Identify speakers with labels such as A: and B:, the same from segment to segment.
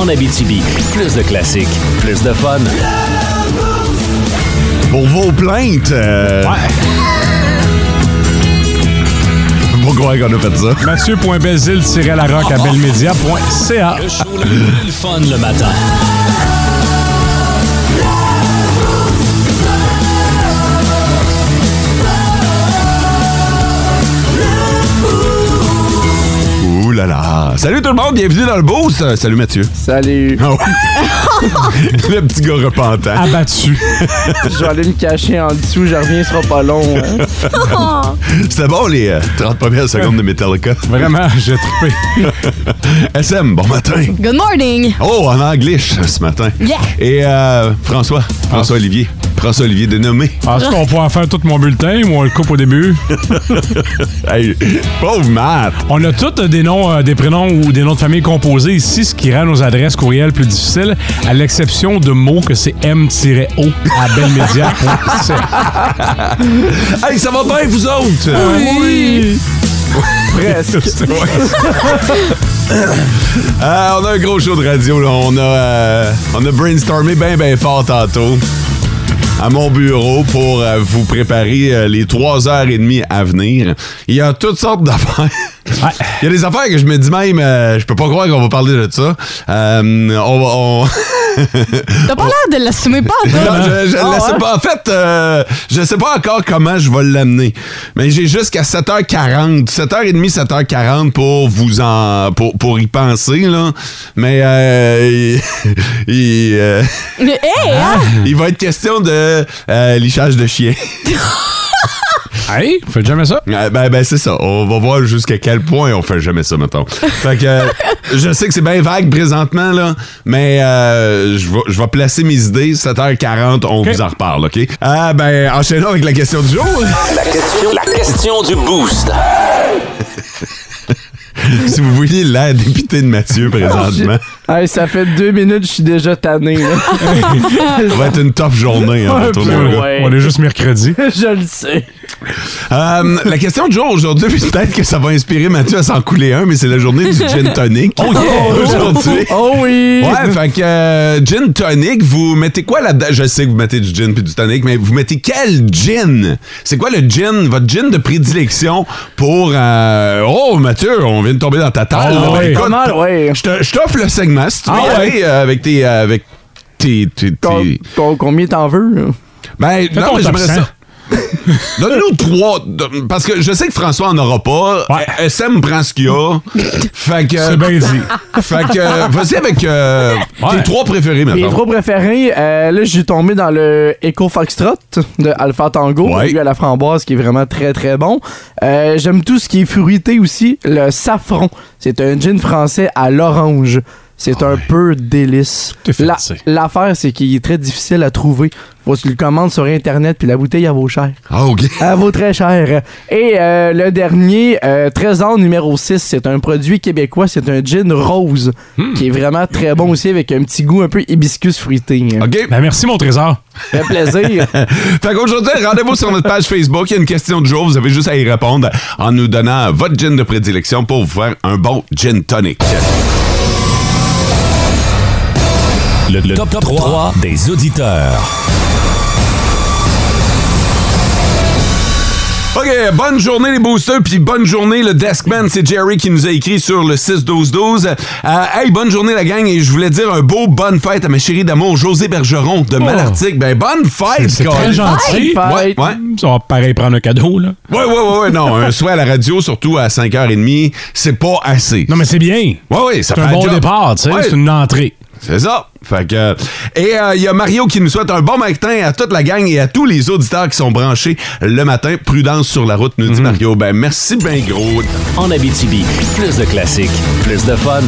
A: en Abitibi. Plus de classiques, plus de fun.
B: Pour vos plaintes. euh, Pourquoi qu'on a fait ça?
C: Mathieu.Bézil-Larocque à belmedia.ca.
A: Le show le plus le fun le matin.
B: Ouh là là. Salut tout le monde, bienvenue dans le boost. Euh, Salut Mathieu.
D: Salut.
B: Ah ouais. le petit gars
C: Ah.
B: repentant.
C: Abattu.
D: Je vais aller me cacher en dessous, je reviens, ce sera pas long. hein.
B: C'était bon les euh, 30 premières secondes de Metallica.
C: Vraiment, j'ai trippé.
B: SM, bon matin.
E: Good morning!
B: Oh, en anglais ce matin.
E: Yeah.
B: Et euh, François, François Olivier. François Olivier dénommé.
C: Est-ce qu'on pourra faire tout mon bulletin ou on le coupe au début?
B: Hey, pauvre Matt.
C: On a tous euh, des noms, euh, des prénoms ou des noms de famille composés ici, ce qui rend nos adresses courriel plus difficiles, à l'exception de mots que c'est M-O à belmedia.ca.
B: Hey, ça va bien vous autres?
C: Oui!
D: Presque.
B: Euh, on a un gros show de radio, là. On a, euh, on a brainstormé bien, bien fort tantôt à mon bureau pour euh, vous préparer euh, les trois heures et demie à venir. Il y a toutes sortes d'affaires. Il y a des affaires que je me dis même, euh, je peux pas croire qu'on va parler de ça. Euh, on va... on-
E: T'as pas l'air de l'assumer pas,
B: Oh. Non,
E: toi? Ah,
B: je, je le sais pas. En fait, euh, je sais pas encore comment je vais l'amener. Mais j'ai jusqu'à 7h40, 7h30, 7h40 pour vous en pour, pour y penser là. Mais euh, il, il, euh,
E: Mais, hey! hein?
B: il va être question de euh, lichage de chien.
C: Hey, faites jamais ça.
B: Euh, Ben, ben c'est ça. On va voir jusqu'à quel point on fait jamais ça, mettons. Fait que euh, je sais que c'est bien vague présentement, là, mais euh, je vais je vais placer mes idées. 7h40, on vous en reparle, OK? Ah, ben, enchaînons avec la question du jour.
A: La question, du boost.
B: si vous voyez l'air dépité de Mathieu présentement,
D: Hey, ça fait deux minutes, je suis déjà tanné. là.
B: ça va être une tough journée. hein, pour toi, mon gars.
D: Ouais.
C: Euh, On est juste mercredi.
D: je le sais.
B: Euh, la question du jour aujourd'hui, puis peut-être que ça va inspirer Mathieu à s'en couler un, mais c'est la journée du gin tonic aujourd'hui.
D: Oh oui.
B: Ouais, fait que euh, gin tonic, vous mettez quoi là-dedans? Je sais que vous mettez du gin puis du tonic, mais vous mettez quel gin? C'est quoi le gin, votre gin de prédilection pour... euh, Oh, Mathieu, on vient de tomber dans ta table.
C: Ah
B: là.
C: ouais.
B: Écoute,
D: Pas mal, ouais.
B: je te- je t'offre le segment, si tu veux
C: Ah
B: y
C: ouais.
B: aller, euh, avec tes... euh, avec tes, tes-
D: Com-
B: tes-
D: com- combien t'en veux? là?
B: Ben,
C: Fais
B: non,
C: ton
B: mais
C: top
B: j'aimerais
C: 100.
B: ça. Donne-nous trois, don- parce que je sais que François en aura pas.
C: Ouais.
B: Euh, SM prend ce qu'il y a. fait que...
C: C'est bien dit.
B: Fait que, euh, vas-y avec euh, tes
C: Ouais.
B: trois préférés, maintenant.
D: Mes trois préférés, euh, là, j'ai tombé dans le Echo Foxtrot de Alpha Tango,
B: Ouais.
D: lui à la framboise, qui est vraiment très, très bon. Euh, J'aime tout ce qui est fruité aussi. Le safron, c'est un gin français à l'orange. C'est un peu délice.
C: T'es
D: La-
C: fatigué.
D: L'affaire, c'est qu'il est très difficile à trouver. Faut que tu le commandes sur Internet, puis la bouteille, elle vaut cher.
B: Ah, OK.
D: Elle vaut très cher. Et euh, le dernier, euh, Trésor numéro 6, c'est un produit québécois, c'est un gin rose,
C: Hmm.
D: qui est vraiment très bon aussi, avec un petit goût un peu hibiscus fruité.
B: OK.
C: Ben, merci, mon trésor.
D: Ça fait plaisir.
B: Fait qu'aujourd'hui, rendez-vous sur notre page Facebook. Il y a une question du jour. Vous avez juste à y répondre en nous donnant votre gin de prédilection pour vous faire un bon gin tonic.
A: Le, le top, 3 des auditeurs.
B: OK, bonne journée les boosters, puis bonne journée le Deskman. C'est Jerry qui nous a écrit sur le 6-12-12. Euh, hey, bonne journée la gang. Et je voulais dire un beau bonne fête à ma chérie d'amour, José Bergeron de Malartic. Ben, bonne fête,
C: Oh. C'est très
B: Colin.
C: gentil.
D: Bye.
B: Ouais, ouais.
C: Ça va pareil prendre un cadeau, là.
B: Ouais, ouais, ouais, ouais, non. Un souhait à la radio, surtout à 5h30, c'est pas assez.
C: Non, mais c'est bien.
B: Ouais, ouais, ça
C: C'est un
B: fait
C: bon
B: job.
C: départ, tu sais.
B: Ouais.
C: C'est une entrée.
B: C'est ça. Fait que. Et euh, il y a Mario qui nous souhaite un bon matin à toute la gang et à tous les auditeurs qui sont branchés le matin. Prudence sur la route, nous
C: Mhm.
B: dit Mario. Ben, merci ben gros.
A: En Abitibi, plus de classiques, plus de fun.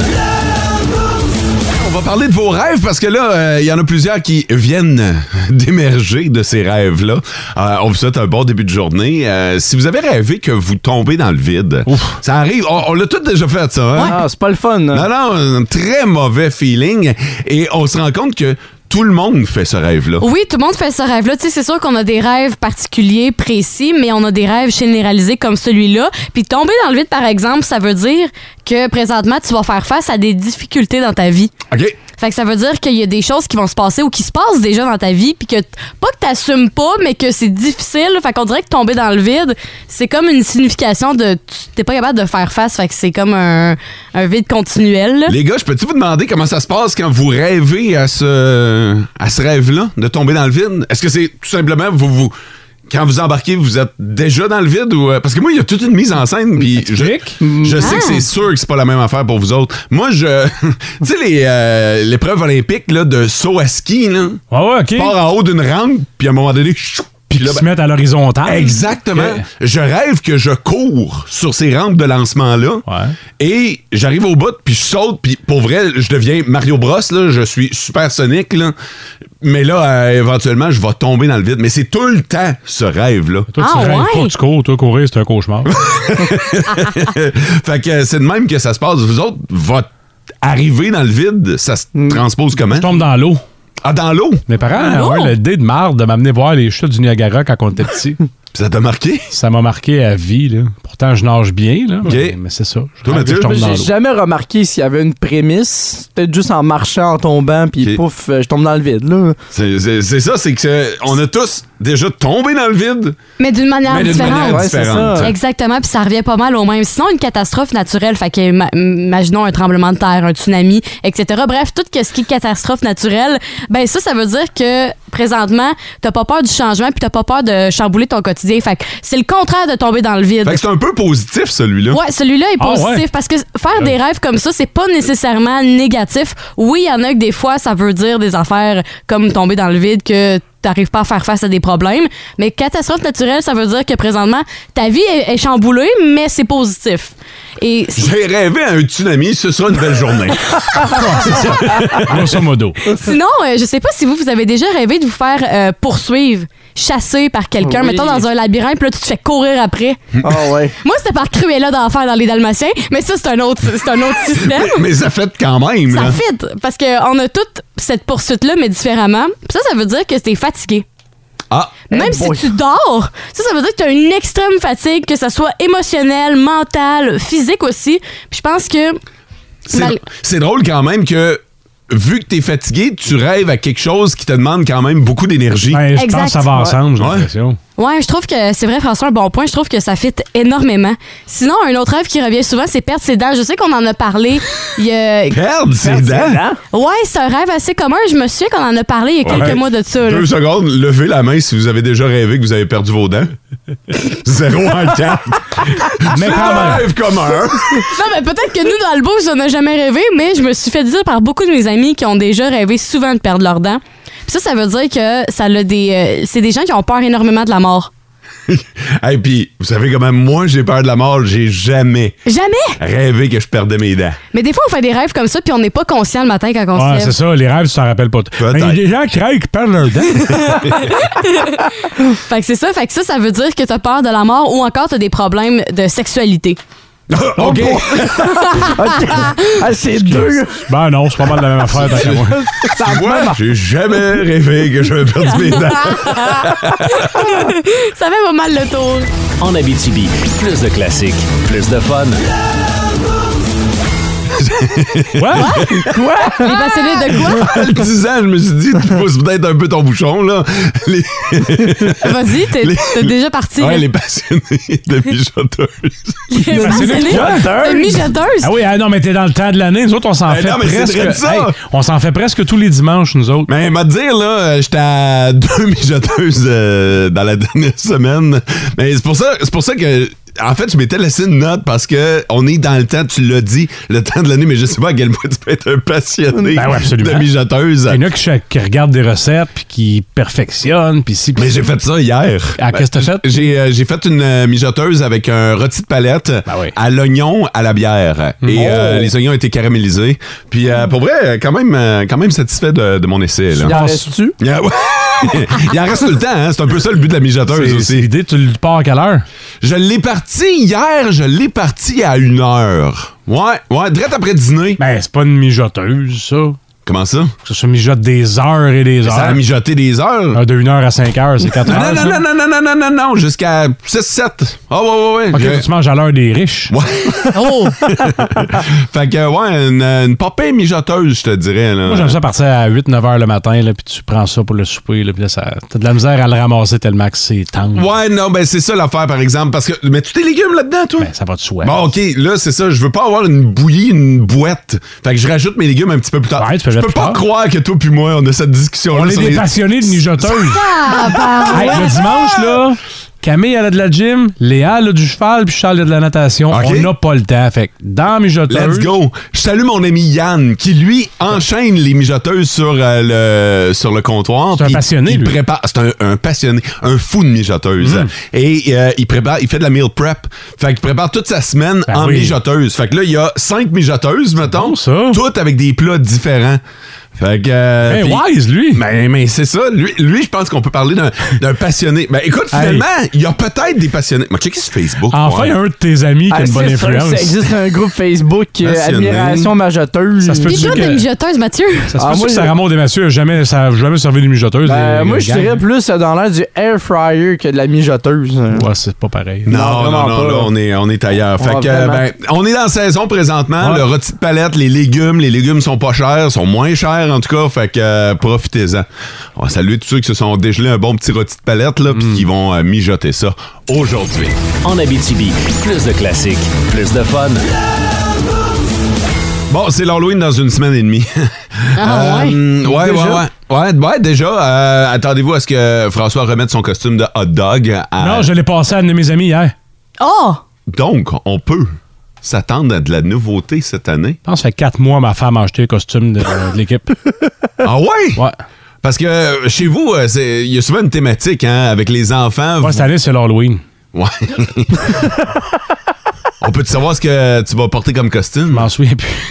B: On va parler de vos rêves parce que là, euh, il y en a plusieurs qui viennent d'émerger de ces rêves-là. Euh, on vous souhaite un bon début de journée. Euh, si vous avez rêvé que vous tombez dans le vide, ça arrive. On, on l'a tous déjà fait, ça. hein?
D: Ah, c'est pas le fun.
B: Non, non, un très mauvais feeling. Et on se rend compte que tout le monde fait ce rêve-là.
E: Oui, tout le monde fait ce rêve-là. Tu sais, c'est sûr qu'on a des rêves particuliers, précis, mais on a des rêves généralisés comme celui-là. Puis tomber dans le vide, par exemple, ça veut dire que présentement, tu vas faire face à des difficultés dans ta vie.
B: OK.
E: Fait que ça veut dire qu'il y a des choses qui vont se passer ou qui se passent déjà dans ta vie, puis que t- pas que t'assumes pas, mais que c'est difficile. Fait qu'on dirait que tomber dans le vide, c'est comme une signification de tu- t'es pas capable de faire face. Fait que c'est comme un, un vide continuel. là.
B: Les gars, je peux-tu vous demander comment ça se passe quand vous rêvez à ce, à ce rêve-là, de tomber dans le vide? Est-ce que c'est tout simplement vous, vous quand vous embarquez, vous êtes déjà dans le vide ou euh, parce que moi il y a toute une mise en scène puis je,
C: Explique.
B: je sais que c'est sûr que c'est pas la même affaire pour vous autres. Moi je tu sais les euh, l'épreuve olympique là de saut à ski là,
C: Ah ouais,
B: Tu
C: OK.
B: pars en haut d'une rampe puis à un moment donné chou, puis
C: Qui
B: là,
C: se
B: ben,
C: mettent à l'horizontale. Euh,
B: Exactement.
C: Ok.
B: Je rêve que je cours sur ces rampes de lancement-là.
C: Ouais.
B: Et j'arrive au bout, puis je saute, puis pour vrai, je deviens Mario Bros. Là, je suis supersonique. Là. Mais là, euh, éventuellement, je vais tomber dans le vide. Mais c'est tout le temps ce rêve-là.
C: Toi, tu
E: Ah
C: rêves
E: ouais?
C: pas, tu cours. Toi, courir, c'est un cauchemar.
B: fait que c'est de même que ça se passe. Vous autres, votre arrivée dans le vide, ça se
D: Mm.
B: transpose comment?
C: Je tombe dans l'eau.
B: Ah, dans l'eau?
C: Mes
B: Ah,
C: parents ont eu l'idée de marde de m'amener voir les chutes du Niagara quand on était petit.
B: Ça t'a marqué?
C: ça m'a marqué à vie. Là. Pourtant, je nage bien, là, mais, mais c'est ça. Je,
B: Toi,
C: rêve que
B: Mathieu?
C: je tombe dans
D: J'ai
C: l'eau.
D: jamais remarqué s'il y avait une prémisse. Peut-être juste en marchant, en tombant, puis
B: Ok.
D: pouf, euh, je tombe dans le vide. Là.
B: C'est c'est- c'est ça, c'est que euh, on a tous déjà tombé dans le vide,
E: Mais d'une manière
B: mais d'une
E: différente.
B: manière
D: Ah Ouais, c'est
B: différente.
D: ça.
E: Exactement, puis ça revient pas mal au même. Sinon, une catastrophe naturelle, fait que ima- imaginons un tremblement de terre, un tsunami, etc. Bref, tout que ce qui est catastrophe naturelle, ben ça, ça veut dire que présentement, t'as pas peur du changement, puis t'as pas peur de chambouler ton quotidien. Fait que c'est le contraire de tomber dans le vide.
B: Fait que c'est un peu positif, celui-là.
E: Ouais, celui-là est
C: Ah,
E: positif
C: ouais.
E: parce que faire des rêves comme ça, c'est pas nécessairement négatif. Oui, il y en a que des fois, ça veut dire des affaires comme tomber dans le vide, que t'arrives pas à faire face à des problèmes. Mais catastrophe naturelle, ça veut dire que présentement, ta vie est, est chamboulée, mais c'est positif. Et c'est-
B: J'ai rêvé à un tsunami, ce sera une belle journée.
C: Grosso modo.
E: sinon, euh, je sais pas si vous, vous avez déjà rêvé de vous faire euh, poursuivre, chasser par quelqu'un,
D: Oui.
E: mettons dans un labyrinthe, puis là, tu te fais courir après.
C: Hmm.
D: Ah ouais.
E: Moi, c'était par Cruella d'enfer dans Les Dalmatiens, mais ça, c'est un autre, c'est un autre système.
B: mais ça fait quand même.
E: Ah Ça
B: là.
E: fit, parce qu'on a toute cette poursuite-là, mais différemment. Puis ça, ça veut dire que t'es fatigué.
B: Ah,
E: Même si
D: boy.
E: tu dors, ça, ça veut dire que t'as une extrême fatigue, que ça soit émotionnelle, mentale, physique aussi. Puis je pense que...
B: c'est
E: Mal-
B: c'est drôle quand même que vu que t'es fatigué, tu rêves à quelque chose qui te demande quand même beaucoup d'énergie.
C: Ben, je
E: Exact.
C: pense que ça va ensemble, j'ai
B: Ouais.
C: l'impression.
E: Ouais, je trouve que c'est vrai, François, un bon point. Je trouve que ça fit énormément. Sinon, un autre rêve qui revient souvent, c'est perdre ses dents. Je sais qu'on en a parlé. Il y a...
B: Perdre ses dents.
E: Ouais, c'est un rêve assez commun. Je me souviens qu'on en a parlé il y a quelques
B: Ouais.
E: mois de ça. là.
B: Deux secondes, levez la main si vous avez déjà rêvé que vous avez perdu vos dents. Zéro en quatre. Ah,
C: Mais quand même.
B: Rêve commun.
E: Non, mais peut-être que nous, dans le boost, on n'a jamais rêvé, mais je me suis fait dire par beaucoup de mes amis qui ont déjà rêvé souvent de perdre leurs dents. Puis ça, ça veut dire que ça l'a des. euh, c'est des gens qui ont peur énormément de la mort.
B: Et puis, vous savez comment moi j'ai peur de la mort, j'ai jamais
E: Jamais!
B: rêvé que je perdais mes dents.
E: Mais des fois, on fait des rêves comme ça, puis on n'est pas conscient le matin quand on
C: Ouais,
E: se
C: c'est
E: lève.
C: ça, les rêves, tu t'en rappelles pas.
B: Peut-être.
C: Mais il y a des gens qui rêvent qui perdent leurs dents.
E: Fait que c'est ça, fait que ça, ça veut dire que t'as peur de la mort ou encore t'as des problèmes de sexualité.
B: OK.
D: Ok. ah, c'est deux.
C: ben non, c'est pas mal la même affaire, tant qu'à moi.
D: Ça
B: Moi, j'ai jamais rêvé que j'avais perdu mes dents.
E: Ça fait pas mal le tour.
A: En Abitibi, plus de classiques, plus de fun.
C: Ouais?
E: Les passionnés de quoi?
B: En le disant, je me suis dit, tu pousses peut-être un peu ton bouchon, là. Les,
E: Vas-y, t'es t'es déjà parti.
B: ouais,
E: là.
B: les passionnés de mijoteuses.
E: Les
C: passionnés de quoi?
E: de mijoteuse.
C: Ah oui, ah non, mais t'es dans le temps de l'année. Nous autres, on s'en
B: Ben
C: fait
B: non, mais c'est
C: presque.
B: vrai de ça.
C: on s'en fait presque tous les dimanches, nous autres.
B: Mais, m'a dire, là, euh, j'étais à deux mijoteuses euh, dans la dernière semaine. Mais c'est pour ça, c'est pour ça que. En fait, je m'étais laissé une note parce que on est dans le temps, tu l'as dit, le temps de l'année, mais je sais pas à quel point tu peux être un passionné
C: Ben ouais, absolument.
B: de mijoteuse.
C: Il y en a qui, ch- qui regardent des recettes, puis qui perfectionnent, puis si.
B: Mais j'ai fait ça hier. Ben,
C: Ah, qu'est-ce que t'as fait?
B: J'ai euh, j'ai fait une euh, mijoteuse avec un rôti de palette
C: Ah oui. Hmm. Oh!
B: à l'oignon à la bière. Et euh, les oignons étaient caramélisés. Puis euh, pour vrai, quand même, euh, quand même satisfait de, de mon essai.
D: Il
B: Là.
D: en reste-tu?
B: Yeah, ouais. Il en reste tout le temps, hein. c'est un peu ça le but de la mijoteuse
C: C'est c'est
B: aussi.
C: l'idée, tu le pars à quelle heure?
B: Je l'ai parti hier, je l'ai parti à une heure. Ouais, ouais, direct après dîner.
C: Ben, c'est pas une mijoteuse, ça.
B: Comment ça?
C: Que ça se mijote des heures et des
B: Ça a
C: heures.
B: mijoté des heures.
C: Ah, De 1 heure à 5 heures, c'est 4
B: Non,
C: heures.
B: non, non,
C: ça.
B: non, non, non, non, non, non, jusqu'à 6-7. Ah, ouais, ouais, ouais.
C: Ok,
B: J'ai-
C: tu manges à l'heure des riches.
B: Ouais.
E: Oh!
B: fait que, ouais, une, une pas pire mijoteuse, je te dirais. Là.
C: Moi, j'aime ça partir à 8-9 heures le matin, là, puis tu prends ça pour le souper, là, puis là, ça- t'as de la misère à le ramasser tellement que c'est tendre.
B: Ouais, non, ben c'est ça l'affaire, par exemple. Parce que. Mais tu tes légumes là-dedans, toi?
C: Ben, ça va de soi.
B: Bon, OK, là, c'est ça. Je veux pas avoir une bouillie, une boîte. Fait que je rajoute mes légumes un petit peu plus tard.
C: Ouais, tu peux
B: je
C: mettre
B: peux
C: plus
B: pas
C: tard.
B: croire que toi puis moi, on a cette discussion-là.
C: On est
B: sur
C: des
B: les-
C: passionnés de mijoteuse.
E: Ah,
D: ben
E: bah,
C: Hey, le dimanche, là, Camille, elle a de la gym, Léa, elle a du cheval, puis Charles, il a de la natation.
B: OK.
C: On n'a pas le temps. Fait que dans mijoteuse...
B: Let's go. Je salue mon ami Yann qui lui enchaîne les mijoteuses sur euh, le sur le comptoir.
C: C'est un
B: puis
C: passionné,
B: Il
C: lui. Hmm.
B: prépare. C'est un, un passionné, un fou de mijoteuse. Et euh, il prépare, il fait de la meal prep. Fait qu'il prépare toute sa semaine
C: Ben
B: en
C: oui.
B: mijoteuse. Fait que là il y a cinq mijoteuses mettons,
C: bon, ça. Ben
B: toutes avec des plats différents. Fait que. euh,
C: Hey,
B: puis-
C: wise, lui!
B: Ben, mais c'est ça. Lui, lui je pense qu'on peut parler d'un d'un passionné. Ben, écoute, finalement, il y a peut-être des passionnés. Mais checker sur Facebook.
C: Enfin,
B: ouais.
C: un de tes amis qui a
D: Ah,
C: une bonne
D: c'est sûr que Ça
C: influence.
D: existe un groupe Facebook euh,
B: Passionné.
D: Admiration Majoteuse.
C: Ça se peut
E: Pis
C: Dis-tu
E: toi,
C: que-
E: t'es une jeteuse, Mathieu?
C: Ça se
D: Ah,
C: peut
D: moi,
C: que
D: je-
C: Sarah Maud et Mathieu a jamais, ça a jamais servi de mijoteuse.
D: Ben,
C: les-
D: moi,
C: les
D: je
C: gangs.
D: dirais plus euh, dans l'air du air fryer que de la mijoteuse.
C: Ouais, c'est pas pareil.
B: Non, non, non,
D: vraiment pas.
B: là, on est, on est ailleurs. Fait
D: Ouais,
B: que, euh,
D: vraiment.
B: ben, on est dans la saison présentement.
C: Ouais.
B: Le rôti de palette, les légumes, les légumes sont pas chers, sont moins chers en tout cas. Fait que, euh, profitez-en. On va saluer tous ceux qui se sont dégelés un bon petit rôti de palette, là, puis qui vont euh, mijoter ça aujourd'hui.
A: En Abitibi, plus de classiques, plus de fun.
B: Bon, c'est l'Halloween dans une semaine et demie.
E: Ah, ouais.
B: Euh, ouais, ouais,
D: Déjà?
B: ouais. Ouais, ouais, déjà. euh, Attendez-vous à ce que François remette son costume de hot dog. à-
C: Non, je l'ai passé à un de mes amis hier.
E: Oh!
B: Donc, on peut s'attendre à de la nouveauté cette année.
C: Je pense que ça fait quatre mois ma femme a acheté le costume de, de l'équipe.
B: ah ouais?
C: Ouais.
B: Parce que euh, chez vous, euh, c'est- il y a souvent une thématique hein, avec les enfants.
C: Moi, cette année, c'est l'Halloween.
B: vous- Ouais. On peut-tu savoir ce que tu vas porter comme
C: Je
B: costume?
C: m'en souviens plus.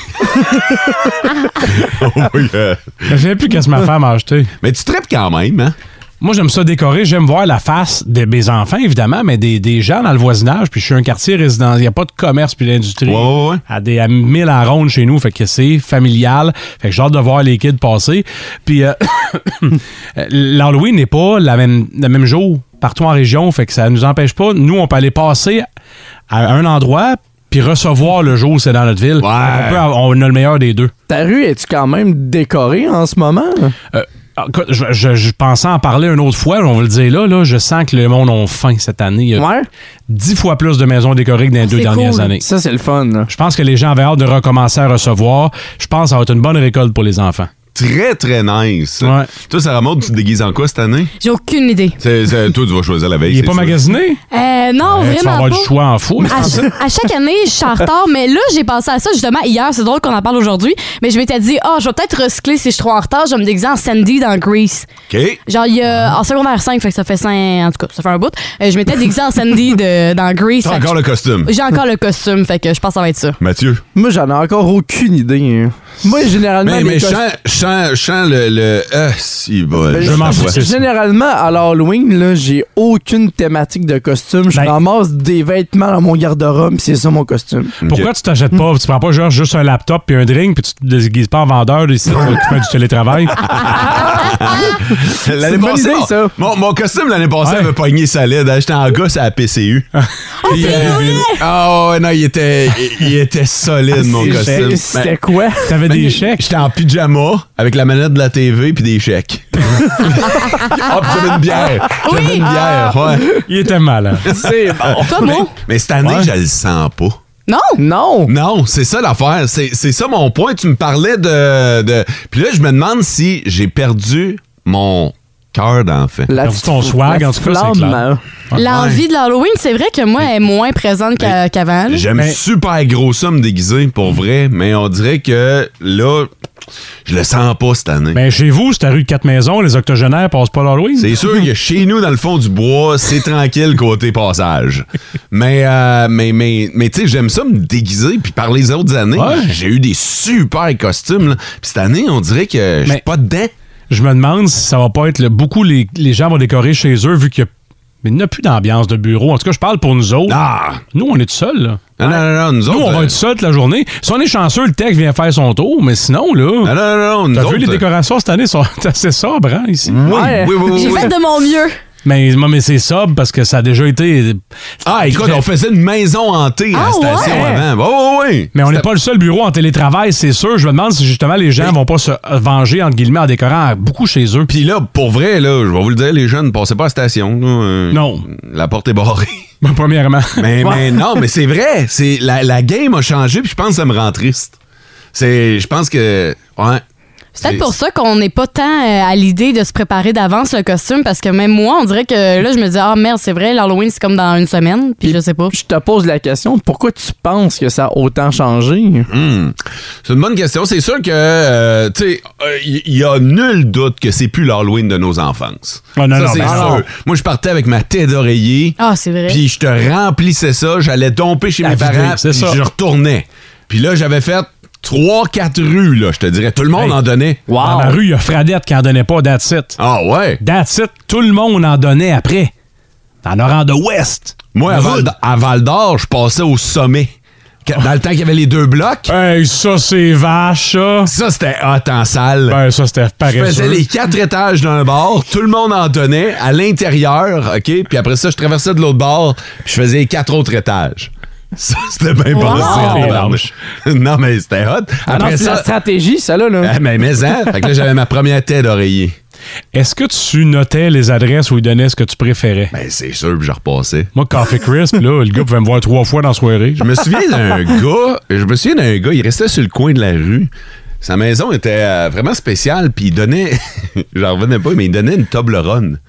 B: Oui, euh,
C: Je me souviens plus qu'est-ce que ma femme a acheté.
B: Mais tu tripes quand même, hein?
C: Moi, j'aime ça décorer. J'aime voir la face de mes enfants, évidemment, mais des, des gens dans le voisinage. Puis je suis un quartier résidentiel. Il n'y a pas de commerce puis d'industrie.
B: Ouais, ouais, ouais.
C: À des à mille à la ronde chez nous. Fait que c'est familial. Fait que j'ai hâte de voir les kids passer. Puis euh, l'Halloween n'est pas la même, le même jour partout en région. Fait que ça nous empêche pas. Nous, on peut aller passer à un endroit puis recevoir le jour où c'est dans notre ville.
B: Ouais.
C: Fait qu'on peut avoir- on a le meilleur des deux.
D: Ta rue, es-tu quand même décorée en ce moment?
C: Euh, écoute, je, je- je pensais en parler une autre fois, on va le dire là, là, je sens que le monde a faim cette année. Il y a
D: Ouais.
C: dix fois plus de maisons décorées que dans les deux
E: Ah, c'est
C: dernières
E: cool.
C: années.
D: Ça, c'est le fun. là.
C: Je pense que les gens avaient hâte de recommencer à recevoir. Je pense que ça va être une bonne récolte pour les enfants.
B: Très, très nice.
C: Ouais.
B: Toi, Sarah Maud, tu te déguises en quoi cette année?
E: J'ai aucune idée.
B: C'est- c'est- toi, tu vas choisir la veille.
C: Il est
B: c'est
C: pas
B: sûr.
C: magasiné?
E: Euh,
C: Euh,
E: non, vraiment
C: tu vas avoir
E: pas. Ah,
C: du choix en fou. mais
E: À,
C: je pense-
E: à chaque année, je suis en retard, mais là, j'ai pensé à ça justement hier. C'est drôle qu'on en parle aujourd'hui, mais je m'étais dit, oh, je vais peut-être recycler si je suis trop en retard. Je vais me déguiser en Sandy dans Grease.
B: OK.
E: Genre, il y
B: Ah.
E: a, en secondaire 5, fait que ça fait 5, en tout cas, ça fait un bout. Euh, je m'étais déguisée en Sandy de, dans Grease.
B: T'as
E: fait que
B: encore le costume.
E: J'ai encore le costume, fait que je pense que ça va être ça.
B: Mathieu.
D: Moi, j'en ai encore aucune idée. hein. Moi, généralement,
B: Mais,
D: les
B: mais
D: cos-
B: chant, chant, chant le. le ah, si,
D: Ben,
B: bon,
C: je m'en fous. c'est ça.
D: Généralement, à l'Halloween, là, j'ai aucune thématique de costume. Je
C: Ben-
D: ramasse des vêtements dans mon garde-robe, pis c'est ça mon costume.
C: Pourquoi tu t'achètes pas? Tu prends pas genre juste un laptop puis un drink puis tu te déguises pas en vendeur ici, qui fait du télétravail?
B: L'année
D: une bonne
B: passée,
D: idée,
B: mon-
D: ça.
B: Mon, mon costume l'année passée
C: Ouais.
B: avait pogné solide. hein. J'étais en gosse à la PCU.
D: Ah.
B: Puis, euh, Ah ouais, non, il était, il, il était solide, mon costume.
D: C'était-
B: Ben,
D: Ah, C'était quoi?
C: T'avais
B: ben,
C: des chèques?
B: J'étais en pyjama avec la manette de la TV puis des chèques. Ah, puis j'avais une bière. J'avais une bière,
D: Ah.
B: ouais.
C: Il était malin.
D: C'est bon.
E: ah, Toi, moi?
B: Mais cette année, je le sens pas.
E: Non!
D: Non!
B: Non, c'est ça l'affaire. C'est c'est ça mon point. Tu me parlais de. de... Puis là, je me demande si j'ai perdu mon cœur d'enfant.
D: La
C: Perdu ton
D: petite-
C: swag,
D: la
C: en tout cas, c'est
D: flamme,
C: clair.
D: hein.
E: L'envie de l'Halloween, c'est vrai que moi, elle est moins présente qu'a- qu'avant. là.
B: J'aime
C: Mais- Mm.
B: super gros ça me déguiser, pour vrai, mais on dirait que là, je le sens pas cette année.
C: Ben, chez vous, c'est la rue de quatre maisons, les octogénaires passent pas l'Halloween.
B: C'est sûr que chez nous, dans le fond du bois, c'est tranquille côté passage. Mais, euh, mais, mais, mais tu sais, j'aime ça me déguiser. Puis par les autres années,
C: Ouais.
B: j'ai eu des super costumes. là. Puis cette année, on dirait que je suis
C: Mais-
B: pas dedans.
C: Je me demande si ça va pas être le, beaucoup les, les gens vont décorer chez eux vu qu'il y a- mais il n'y a plus d'ambiance de bureau. En tout cas, je parle pour nous autres.
B: Ah!
C: Nous, on est tout seuls. là.
B: Non, non, non, non, nous
C: Nous,
B: autres,
C: on va
B: euh,
C: être seul toute la journée. Si on est chanceux, le tech vient faire son tour, mais sinon,
B: Non,
C: là.
B: non, non, non, nous
C: T'as vu,
B: autres,
C: les
B: euh, Mm.
C: décorations cette année sont assez sobres, hein, ici?
B: Oui,
D: Ouais.
B: oui, oui, oui,
E: J'ai
B: oui.
E: fait de mon mieux.
C: Mais, mais c'est sobre parce que ça a déjà été.
B: Ah, écoute, on faisait une maison hantée à la
E: Ah,
B: station
E: ouais?
B: avant. Oui, oui, oui.
C: Mais on n'est pas le seul bureau en télétravail, c'est sûr. Je me demande si justement les gens vont pas se venger, entre guillemets, en décorant beaucoup chez eux.
B: Puis là, pour vrai, là, je vais vous le dire, les jeunes, ne passez pas à la station. là, euh,
C: Non.
B: La porte est barrée.
C: Premièrement.
B: Mais,
C: Ouais.
B: mais non, mais c'est vrai. C'est la, la game a changé, puis je pense que ça me rend triste. C'est, je pense que, ouais.
E: C'est peut-être pour ça qu'on n'est pas tant euh, à l'idée de se préparer d'avance le costume, parce que même moi, on dirait que là, je me dis, ah merde, c'est vrai, l'Halloween, c'est comme dans une semaine, puis je sais pas.
D: Je te pose la question, pourquoi tu penses que ça a autant changé?
B: Hmm. C'est une bonne question. C'est sûr que, euh, tu sais, euh, il y, y a nul doute que c'est plus l'Halloween de nos enfances.
C: Ah, non,
B: ça,
C: non,
B: c'est
C: ben
B: sûr.
C: non.
B: Moi, je partais avec ma tête d'oreiller.
E: Ah, c'est vrai.
B: Puis je te remplissais ça, j'allais domper chez
C: La
B: mes
C: vider,
B: parents,
C: c'est
B: puis
C: ça.
B: je retournais. Puis là, j'avais fait 3-4 rues, là, je te dirais. Tout le monde
C: Hey.
B: en donnait.
C: Dans la rue, il y a Fradette qui en donnait pas, that's it.
B: Ah ouais?
C: That's it. Tout le monde en donnait après. Dans Laurent de Ouest.
B: Moi, à Val,
C: Rude.
B: à Val d'Or, je passais au sommet. Qu- Dans le temps qu'il y avait les deux blocs,
C: Hey, ça, c'est vache, ça.
B: ça, c'était hot en salle.
C: Ben, ça, c'était
B: je faisais
C: paresseux.
B: les quatre étages d'un bar, tout le monde en donnait à l'intérieur, OK? Puis après ça, je traversais de l'autre bar, puis je faisais les quatre autres étages. Ça, c'était bien passé.
C: Et
B: tabarnak. Non, mais c'était hot.
D: Ah non,
B: Après
D: c'est la
B: ça,
D: stratégie, ça là. là.
B: Ah, mais mais hein? Fait que là, j'avais ma première tête d'oreiller.
C: Est-ce que tu notais les adresses où ils donnaient ce que tu préférais?
B: Ben, c'est sûr que je repassais.
C: Moi, Coffee Crisp, là, le gars pouvait me voir trois fois dans la soirée.
B: Je me souviens d'un gars, je me souviens d'un gars, il restait sur le coin de la rue. Sa maison était euh, vraiment spéciale, puis il donnait, j'en revenais pas, mais il donnait une Toblerone.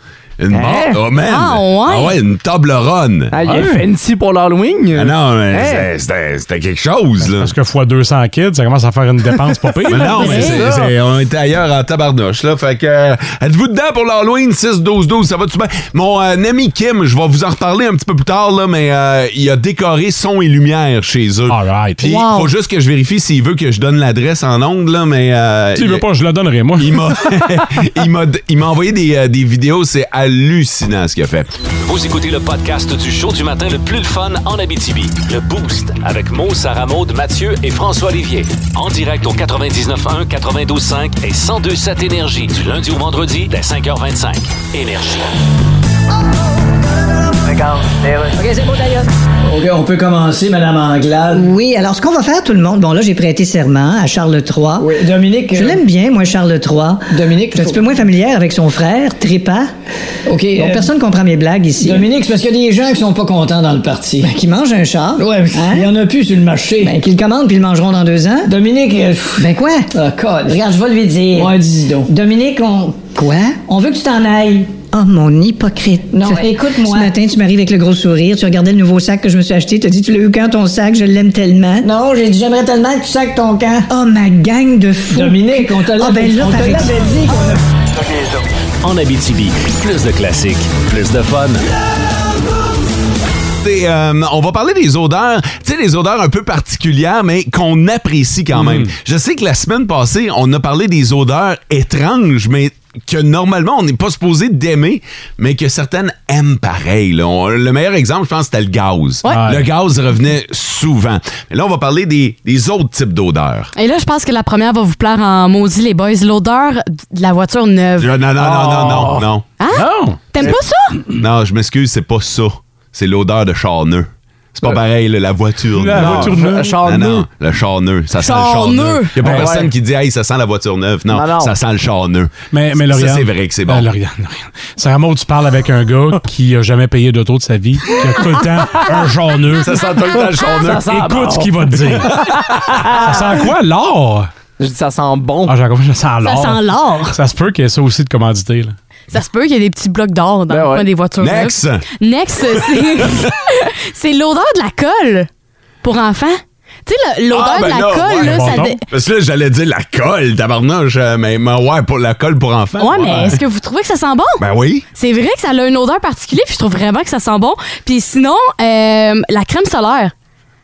B: Une
D: Hein?
B: bar- oh man!
E: Ah, ouais?
B: Ah une Toblerone!
D: Ah, il
B: Ah,
D: est fancy pour l'Halloween.
B: non, mais
D: Hein?
B: c'est- c'était- c'était quelque chose, là.
C: Parce que fois 200 kids, ça commence à faire une dépense pas pire.
B: Mais
C: là.
B: non, mais
E: C'est
B: c'est-
D: ça.
B: c'est- on était ailleurs en tabarnouche, là. Fait que, euh, êtes-vous dedans pour l'Halloween 6-12-12? Ça va-tu bien? Mon euh, ami Kim, je vais vous en reparler un petit peu plus tard, là, mais euh, il a décoré son et lumière chez eux.
C: All right.
B: Puis,
E: Wow.
B: faut juste que je vérifie s'il veut que je donne l'adresse en ondes, là, mais. euh,
C: S'il
B: il-
C: veut pas, je le donnerai, moi.
B: il m'a, il m'a, il m'a envoyé des, euh, des vidéos, c'est hallucinant ce qu'il a fait.
A: Vous écoutez le podcast du show du matin le plus le fun en Abitibi. Le Boost avec Mo, Sarah Maud, Mathieu et François Olivier. En direct au 99.1, 92.5 et 102.7 Énergie du lundi au vendredi dès 5h25. Énergie.
F: OK, on peut commencer, Madame Anglade.
G: Oui, alors ce qu'on va faire tout le monde, bon là j'ai prêté serment à Charles III.
F: Dominique.
G: Je
F: euh,
G: l'aime bien, moi, Charles III.
H: euh,
F: Dominique,
G: Je suis un
F: faut-
G: petit peu moins familière avec son frère, Trépas.
F: OK.
G: Bon,
F: euh,
G: personne comprend mes blagues ici.
F: Dominique, c'est parce qu'il y a des gens qui sont pas contents dans le parti.
G: Ben, qui mange un char.
F: ouais, mais il y
G: Hein?
F: en a plus sur le marché.
G: Ben, qui le commande puis ils le mangeront dans deux ans.
F: Dominique. euh, pff,
G: Ben, quoi?
F: ah, colle.
G: Regarde, je vais lui dire.
F: Ouais, dis donc.
G: Dominique, on. Quoi? On veut que tu t'en ailles. Oh, mon hypocrite.
F: Non, ben, écoute-moi.
G: Ce matin, tu m'arrives avec le gros sourire, tu regardais le nouveau sac que je me suis acheté, t'as dit, tu l'as eu quand ton sac, je l'aime tellement.
F: Non, j'ai dit, j'aimerais tellement que tu sacs ton camp.
G: Oh, ma gang de fous.
F: Dominique, on te
G: Ah, ben
F: l'avait
G: là,
F: on te
G: par exemple.
F: l'avait dit qu'on a-
A: En Abitibi, plus de classiques, plus de fun.
B: Et, euh, on va parler des odeurs, tu sais, des odeurs un peu particulières, mais qu'on apprécie quand même. Je sais que la semaine passée, on a parlé des odeurs étranges, mais que normalement, on n'est pas supposé d'aimer, mais que certaines aiment pareil. là. On- le meilleur exemple, je pense, c'était le gaz.
C: Ouais.
B: Le gaz revenait souvent. Mais là, on va parler des, des autres types d'odeurs.
E: Et là, je pense que la première va vous plaire en maudit, les boys. L'odeur de la voiture neuve. Hein?
B: Non, non, non, non,
C: Oh.
B: non, non, non.
C: Non!
E: T'aimes pas ça?
B: Non, je m'excuse, c'est pas ça. C'est l'odeur de charneux. C'est pas pareil, là, la voiture.
C: La
B: neuve.
C: voiture neuve.
D: Le char
B: Non,
D: nu.
B: non, le charneux. Ça sent
E: Charneux.
B: le charneux. Il n'y a pas
D: Ah, Ben
B: personne
D: ouais.
B: qui dit, hey, ça sent la voiture neuve. Non,
D: Non, non.
B: ça sent le charneux.
C: Mais, mais Lauriane.
B: Ça, c'est vrai que c'est bon.
C: Ben, Lauriane, Lauriane. Sarah Maud, tu parles avec un gars qui a jamais payé d'auto de sa vie, qui a tout le temps un journeux.
B: ça sent tout le temps le charneux.
D: Ça sent bon.
C: Écoute ce qu'il va te dire. ça sent quoi? L'or?
D: Je dis ça sent bon.
C: Ah, j'ai compris, ça sent
E: Ça
C: l'or.
E: sent l'or.
C: Ça se peut qu'il y ait ça aussi de commandité. Là.
E: Ça se peut qu'il y ait des petits blocs d'or dans
D: Ben
E: le coin
D: ouais.
E: des voitures
B: Next!
E: neuves. Next, c'est- c'est l'odeur de la colle pour enfants. Tu sais, le- l'odeur
B: Ah, ben
E: de la
B: là,
E: colle,
B: ouais,
E: là,
C: bon
E: ça...
C: donc.
E: dé-
B: Parce que là, j'allais dire la colle, tabarnouche. euh, Mais, mais ouais, pour la colle pour enfants.
E: Ouais, mais est-ce que vous trouvez que ça sent bon?
B: Ben oui.
E: C'est vrai que ça a une odeur particulière, puis je trouve vraiment que ça sent bon. Puis sinon, euh, la crème solaire.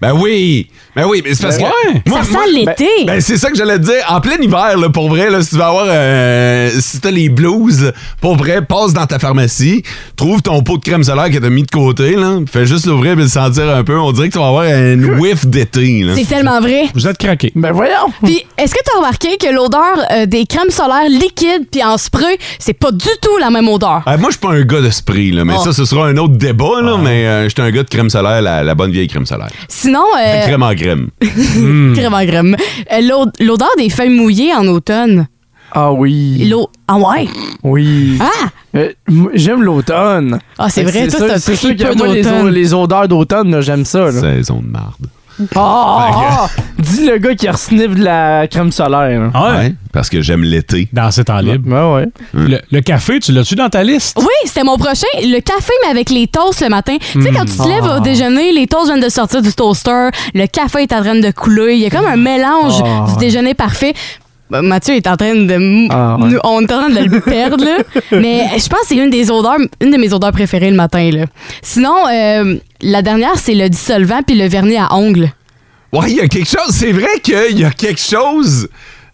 B: Ben oui. Mais oui, mais c'est parce que.
C: Ouais.
B: Moi,
E: Ça
B: moi-
E: sent l'été.
B: Ben, c'est ça que j'allais te dire. En plein hiver, là, pour vrai, là, si tu vas avoir. euh, si t'as les blues, pour vrai, passe dans ta pharmacie, trouve ton pot de crème solaire que t'as mis de côté, là, fais juste l'ouvrir et le sentir un peu. On dirait que tu vas avoir une whiff d'été. là.
E: C'est tellement vrai.
C: Vous êtes craqués.
D: Ben voyons!
E: Puis, est-ce que tu as remarqué que l'odeur euh, des crèmes solaires liquides puis en spray, c'est pas du tout la même odeur?
B: Ah, moi, je suis pas un gars de spray, là, mais
E: Oh.
B: ça, ce sera un autre débat, là, mais euh, je suis un gars de crème solaire, la, la bonne vieille crème solaire.
E: Sinon,
B: La
E: euh,
B: crème en crème.
E: crème en crème. Euh, l'od- l'odeur des feuilles mouillées en automne.
D: Ah oui.
E: L'eau. Ah ouais?
D: Oui.
E: Ah!
D: Euh, m- j'aime l'automne.
E: Ah, c'est vrai, toi,
D: ça-
E: c'est un
D: c'est sûr que
E: tripeux
D: moi, les,
E: d'automne.
D: o- les odeurs d'automne, là, j'aime ça. Là.
B: Saison de marde.
D: Ah, ah, ah! Dis le gars qui resniff de la crème solaire. là.
C: Ah,
B: Ouais, parce que j'aime l'été.
C: Dans ces temps libres.
D: Ben ouais.
C: Le, le café, tu l'as-tu dans ta liste?
E: Oui, c'était mon prochain. Le café, mais avec les toasts le matin. Tu sais, quand
D: Hmm.
E: tu te lèves
D: Ah.
E: au déjeuner, les toasts viennent de sortir du toaster, le café est en train de couler. Il y a comme un mélange
D: Ah,
E: du
D: ouais.
E: déjeuner parfait. Ben, Mathieu est en train de. m-
D: Ah, ouais.
E: nous- On est en train de le perdre, là. Mais je pense que c'est une des odeurs, une de mes odeurs préférées le matin, là. Sinon, euh, la dernière, c'est le dissolvant puis le vernis à ongles.
B: Ouais, il y a quelque chose. C'est vrai qu'il y a quelque chose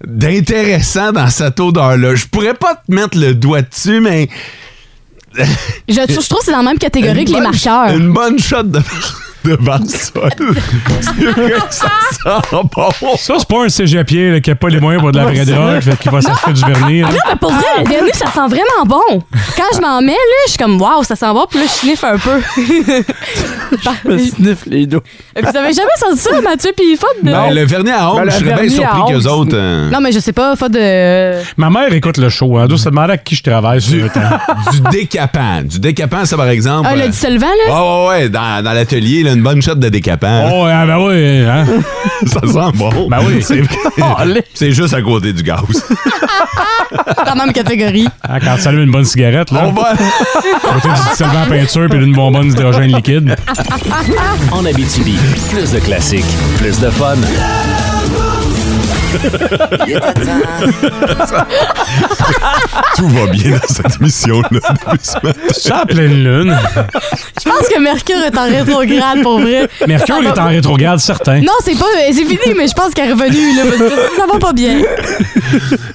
B: d'intéressant dans cette odeur-là. Je pourrais pas te mettre le doigt dessus, mais.
E: Je, je trouve que c'est dans la même catégorie que
B: une
E: les
B: bonne-
E: marqueurs.
B: Une bonne shot de, de barsol. C'est vrai que ça sent bon.
C: Ça, c'est pas un cégepier là, qui a pas les moyens pour de la vraie drogue, fait qu'il va s'acheter du vernis. là.
E: Non, mais pour vrai, le vernis, ça sent vraiment bon. Quand je m'en mets, là, je suis comme, waouh, ça sent bon, puis là, je sniffe un peu.
D: Je me sniff les dos.
E: Vous avez jamais senti ça, Mathieu, puis Fod? de-
B: Ben, le vernis à ongles,
D: Ben, le
B: je serais bien
D: vernis à
B: surpris
D: ongles,
B: qu'eux
D: c'est-
B: autres. euh,
E: Non, mais je sais pas, Fod. de... ah,
C: Ma mère écoute le show. Elle doit se demander à qui je travaille sur le temps.
B: du décapant. Du décapant, ça, par exemple.
E: Ah,
B: euh,
E: le dissolvant,
B: Ouais,
E: là?
B: ouais, ouais, dans, dans l'atelier, là, une bonne shot de décapant.
C: Oh, ah, ben oui, hein?
B: Ça sent bon.
C: Ben oui.
B: C'est vrai. C'est juste à côté du gaz.
E: Dans la même catégorie.
C: Ah, quand tu allumes une bonne cigarette, là,
B: On va.
C: à côté du dissolvant à peinture puis d'une bonbonne d'hydrogène liquide.
A: En Abitibi, plus de classiques, plus de fun.
B: Tout va bien dans cette émission-là. depuis ce matin.
C: Ça, à pleine lune.
E: Je pense que Mercure est en rétrograde, pour vrai.
C: Mercure est en rétrograde, certain.
E: Non, c'est pas. euh, C'est fini, mais je pense qu'elle est revenue, là, parce que ça va pas bien.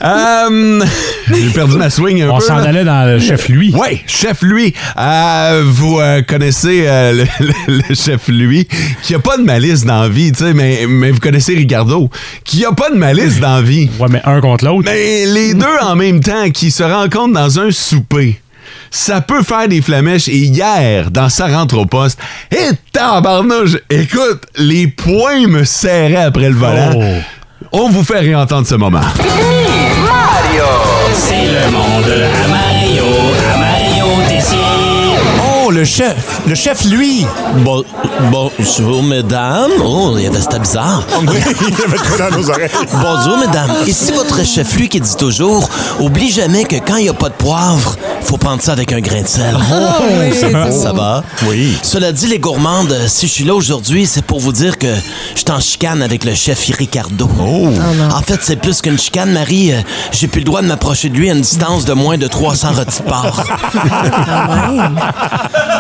B: Hum, J'ai perdu ma swing un
C: On
B: peu.
C: s'en
B: là.
C: allait dans le chef lui.
B: Ouais, chef lui. Euh, vous euh, connaissez euh, le, le- le chef lui qui a pas de malice dans la vie, tu sais, mais, mais vous connaissez Ricardo qui a pas de malice dans la vie.
C: Ouais, mais un contre l'autre.
B: Mais les deux en même temps qui se rencontrent dans un souper. Ça peut faire des flamèches et hier, dans sa rentre au poste, et tabarnouche, écoute, les poings me serraient après le volant.
C: Oh.
B: On vous fait réentendre ce moment.
A: C'est le monde à Mario, à Mario
I: Oh, le chef! Le chef, lui! Bon, bonjour, mesdames. Oh, il y avait c'était bizarre. Bonjour, mesdames. Ici votre chef, lui, qui dit toujours Oublie jamais que quand il n'y a pas de poivre, faut prendre ça avec un grain de sel.
E: Ah,
I: Oh,
E: oui,
I: ça,
E: c'est
I: ça va? Oui. Cela dit, les gourmandes, si je suis là aujourd'hui, c'est pour vous dire que je t'en chicane avec le chef Ricardo.
E: Ah,
I: en fait, c'est plus qu'une chicane, Marie. Euh, J'ai plus le droit de m'approcher de lui à une distance de moins de 300 rôtis de porc.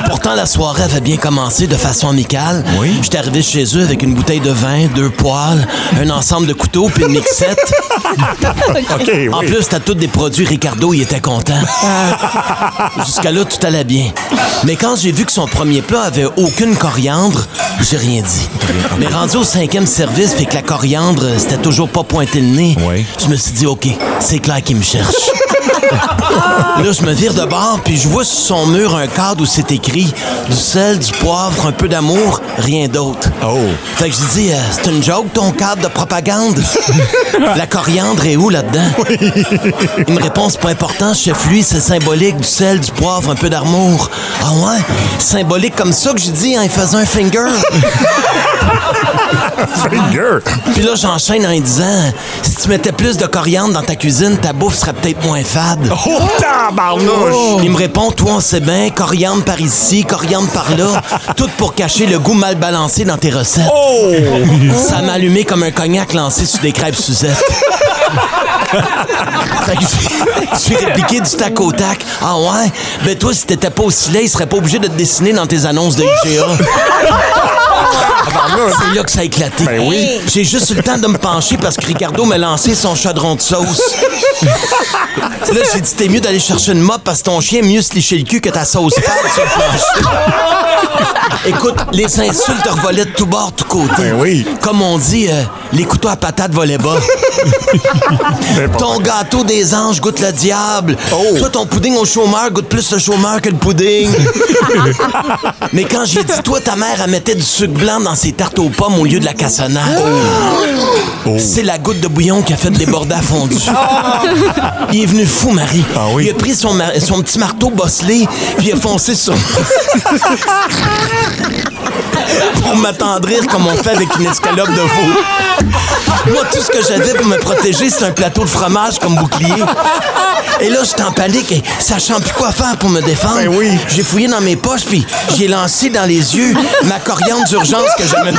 I: Pourtant, la soirée avait bien commencé de façon amicale. Oui. J'étais arrivé chez eux avec une bouteille de vin, deux poêles, un ensemble de couteaux puis une mixette. En plus, t'as tous des produits Ricardo, il était content. Jusqu'à là, tout allait bien. Mais quand j'ai vu que son premier plat avait aucune coriandre, j'ai rien dit. Mais rendu au cinquième service et que la coriandre, euh, c'était toujours pas pointé le nez, je me suis dit, OK, c'est clair qu'il me cherche. Là, je me vire de bord, puis je vois sur son mur un cadre où c'est écrit du sel, du poivre, un peu d'amour, rien d'autre. Oh. Fait que je dis, euh, c'est une joke ton cadre de propagande? La coriandre est où là-dedans? Il me répond, c'est pas important, chef, lui, c'est symbolique, du sel, du poivre, un peu d'amour. Ah ouais? Symbolique comme ça que j'ai dit en y faisant un finger. Puis là, j'enchaîne en lui disant, si tu mettais plus de coriandre dans ta cuisine, ta bouffe serait peut-être moins fade.
B: Oh,
I: Oh. Il me répond, toi, on sait bien, coriandre par ici, coriandre par là, tout pour cacher le goût mal balancé dans tes recettes. Ça m'a allumé comme un cognac lancé sur des crêpes Suzette. Fait que j'ai- j'ai répliqué du tac au tac. Ah ouais? Ben toi, si t'étais pas aussi laid, il serait pas obligé de te dessiner dans tes annonces de IGA. C'est là que ça a éclaté.
J: Ben oui.
I: J'ai juste eu le temps de me pencher parce que Ricardo m'a lancé son chaudron de sauce. C'est là que j'ai dit t'es mieux d'aller chercher une mop parce que ton chien aime mieux se licher le cul que ta sauce pâle sur le plancher. Écoute, les insultes revolaient de tout bord, tout côté.
J: Ben oui.
I: Comme on dit, euh, les couteaux à patates volaient bas.
J: Ben,
I: ton gâteau des anges goûte le diable.
J: Oh.
I: Toi, ton pudding au chômeur goûte plus le chômeur que le pudding. Mais quand j'ai dit, toi, ta mère, elle mettait du sucre blanc dans ses tartes aux pommes au lieu de la cassonade.
J: Oh.
I: C'est la goutte de bouillon qui a fait déborder à fondu. Il est venu fou, Marie.
J: Ah oui.
I: Il a pris son, ma- son petit marteau bosselé, puis il a foncé sur... pour m'attendrir comme on fait avec une escalope de veau. Moi, tout ce que j'avais pour me protéger, c'est un plateau de fromage comme bouclier. Et là, j'étais en panique, et sachant plus quoi faire pour me défendre.
J: Ben oui.
I: J'ai fouillé dans mes poches, puis j'ai lancé dans les yeux ma coriandre d'urgence que j'avais.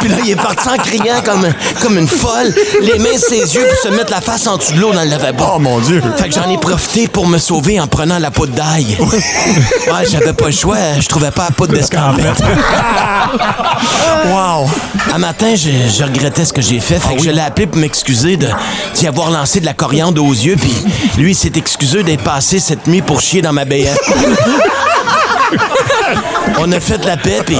I: puis là, il est parti en criant comme, comme une folle, les mains ses yeux, pour se mettre la face en dessous de l'eau dans le lavabo.
J: Oh mon Dieu.
I: Fait que j'en ai profité pour me sauver en prenant la poudre d'ail. ouais, j'avais pas le choix, je trouvais pas la poudre d'escampette.
J: Wow. Ah
I: Un Ah! matin, je, je regrettais ce que j'ai fait. Fait que je l'ai appelé pour m'excuser de- d'y avoir lancé de la coriandre aux yeux. Puis lui, il s'est excusé d'être passé cette nuit pour chier dans ma béette. On a fait la paix, puis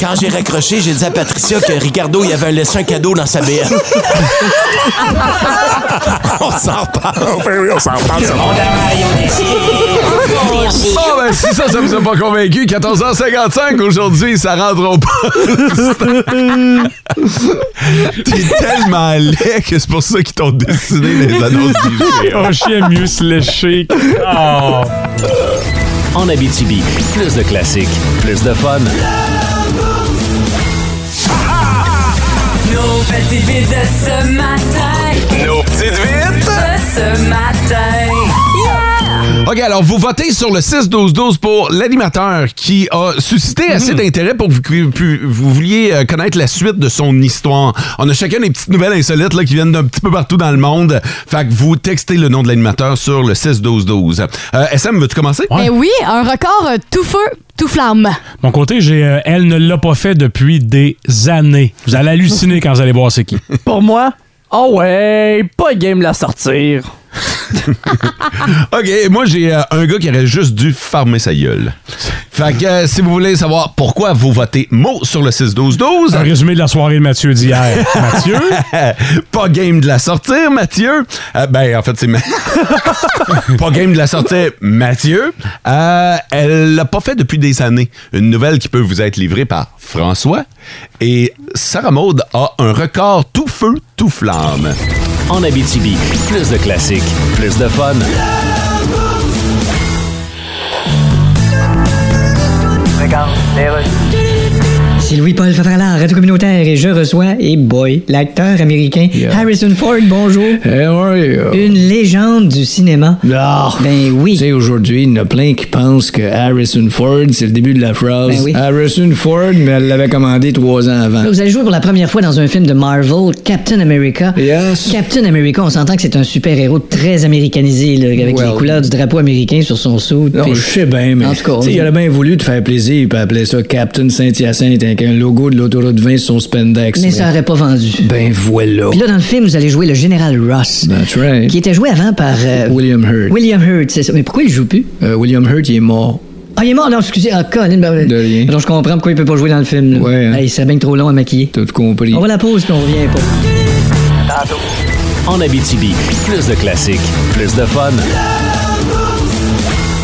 I: quand j'ai raccroché, j'ai dit à Patricia que Ricardo, il avait laissé un cadeau dans sa béette. On s'en parle.
J: Ben oui, on s'en parle. ça va.
B: Bon, ben, si ça, ça vous a pas convaincu, 14h55 aujourd'hui, ça rentre au poste. T'es tellement laid que c'est pour ça qu'ils t'ont dessiné les annonces du
C: Un chien mieux se lécher. Oh.
A: En Abitibi, plus de classiques, plus de fun.
K: Nos petites vites de ce matin.
B: Nos petites vites!
K: De ce matin.
B: OK, alors vous votez sur le 6-12-12 pour l'animateur qui a suscité assez d'intérêt pour vous- que pu- vous vouliez euh, connaître la suite de son histoire. On a chacun des petites nouvelles insolites là, qui viennent d'un petit peu partout dans le monde. Fait que vous textez le nom de l'animateur sur le 6-12-12. Euh, SM, veux-tu commencer?
E: Ben oui, un record euh, tout feu, tout flamme.
C: Mon côté, j'ai euh, elle ne l'a pas fait depuis des années. Vous allez halluciner quand vous allez voir c'est qui.
D: Pour moi, oh ouais, pas game la sortir.
B: OK, moi j'ai euh, un gars qui aurait juste dû farmer sa gueule. Fait que euh, si vous voulez savoir pourquoi vous votez mot sur le 6-12-12...
C: Un résumé de la soirée de Mathieu d'hier. Mathieu?
B: pas game de la sortir, Mathieu. Euh, ben, en fait, c'est. Ma- pas game de la sortir, Mathieu. Euh, elle l'a pas fait depuis des années. Une nouvelle qui peut vous être livrée par François. Et Sarah Maude a un record tout feu, tout flamme.
A: En Abitibi, plus de classiques, plus de fun.
G: C'est Louis-Paul Favralard, Radio Communautaire, et je reçois, et boy, l'acteur américain Harrison Ford, bonjour.
H: How are you?
G: Une légende du cinéma.
H: Ah!
G: Ben
H: Tu
G: oui.
H: sais, aujourd'hui, il y en a plein qui pensent que Harrison Ford, c'est le début de la phrase. Ah.
G: Ben oui.
H: Harrison Ford, mais elle l'avait commandé trois ans avant.
G: Là, vous allez jouer pour la première fois dans un film de Marvel, Captain America.
H: Yes.
G: Captain America, on s'entend que c'est un super-héros très américanisé, là, avec
H: Well.
G: les couleurs du drapeau américain sur son sou.
H: Non, je sais bien, mais
G: En tout cas,
H: tu sais, il aurait bien voulu te faire plaisir et appeler ça Captain Saint-Hyacinthe avec un logo de l'autoroute 20 sur son spandex.
G: mais ça
H: là.
G: aurait pas vendu.
H: Ben voilà. Ben,
G: Puis là, dans le film, vous allez jouer le général Ross,
H: That's right.
G: qui était joué avant par euh,
H: William Hurt.
G: William Hurt, c'est ça. Mais pourquoi il joue plus?
H: Euh, William Hurt, il est mort.
G: Ah, il est mort, non, excusez. Ah, Colin, ben,
H: De rien.
G: Donc, je comprends pourquoi il peut pas jouer dans le film. là.
H: Ouais, hein.
G: Hey, il serait bien trop long à maquiller.
H: T'as tout compris.
G: On va à la pause, puis on revient pas.
A: En Abitibi, plus de classiques, plus de fun.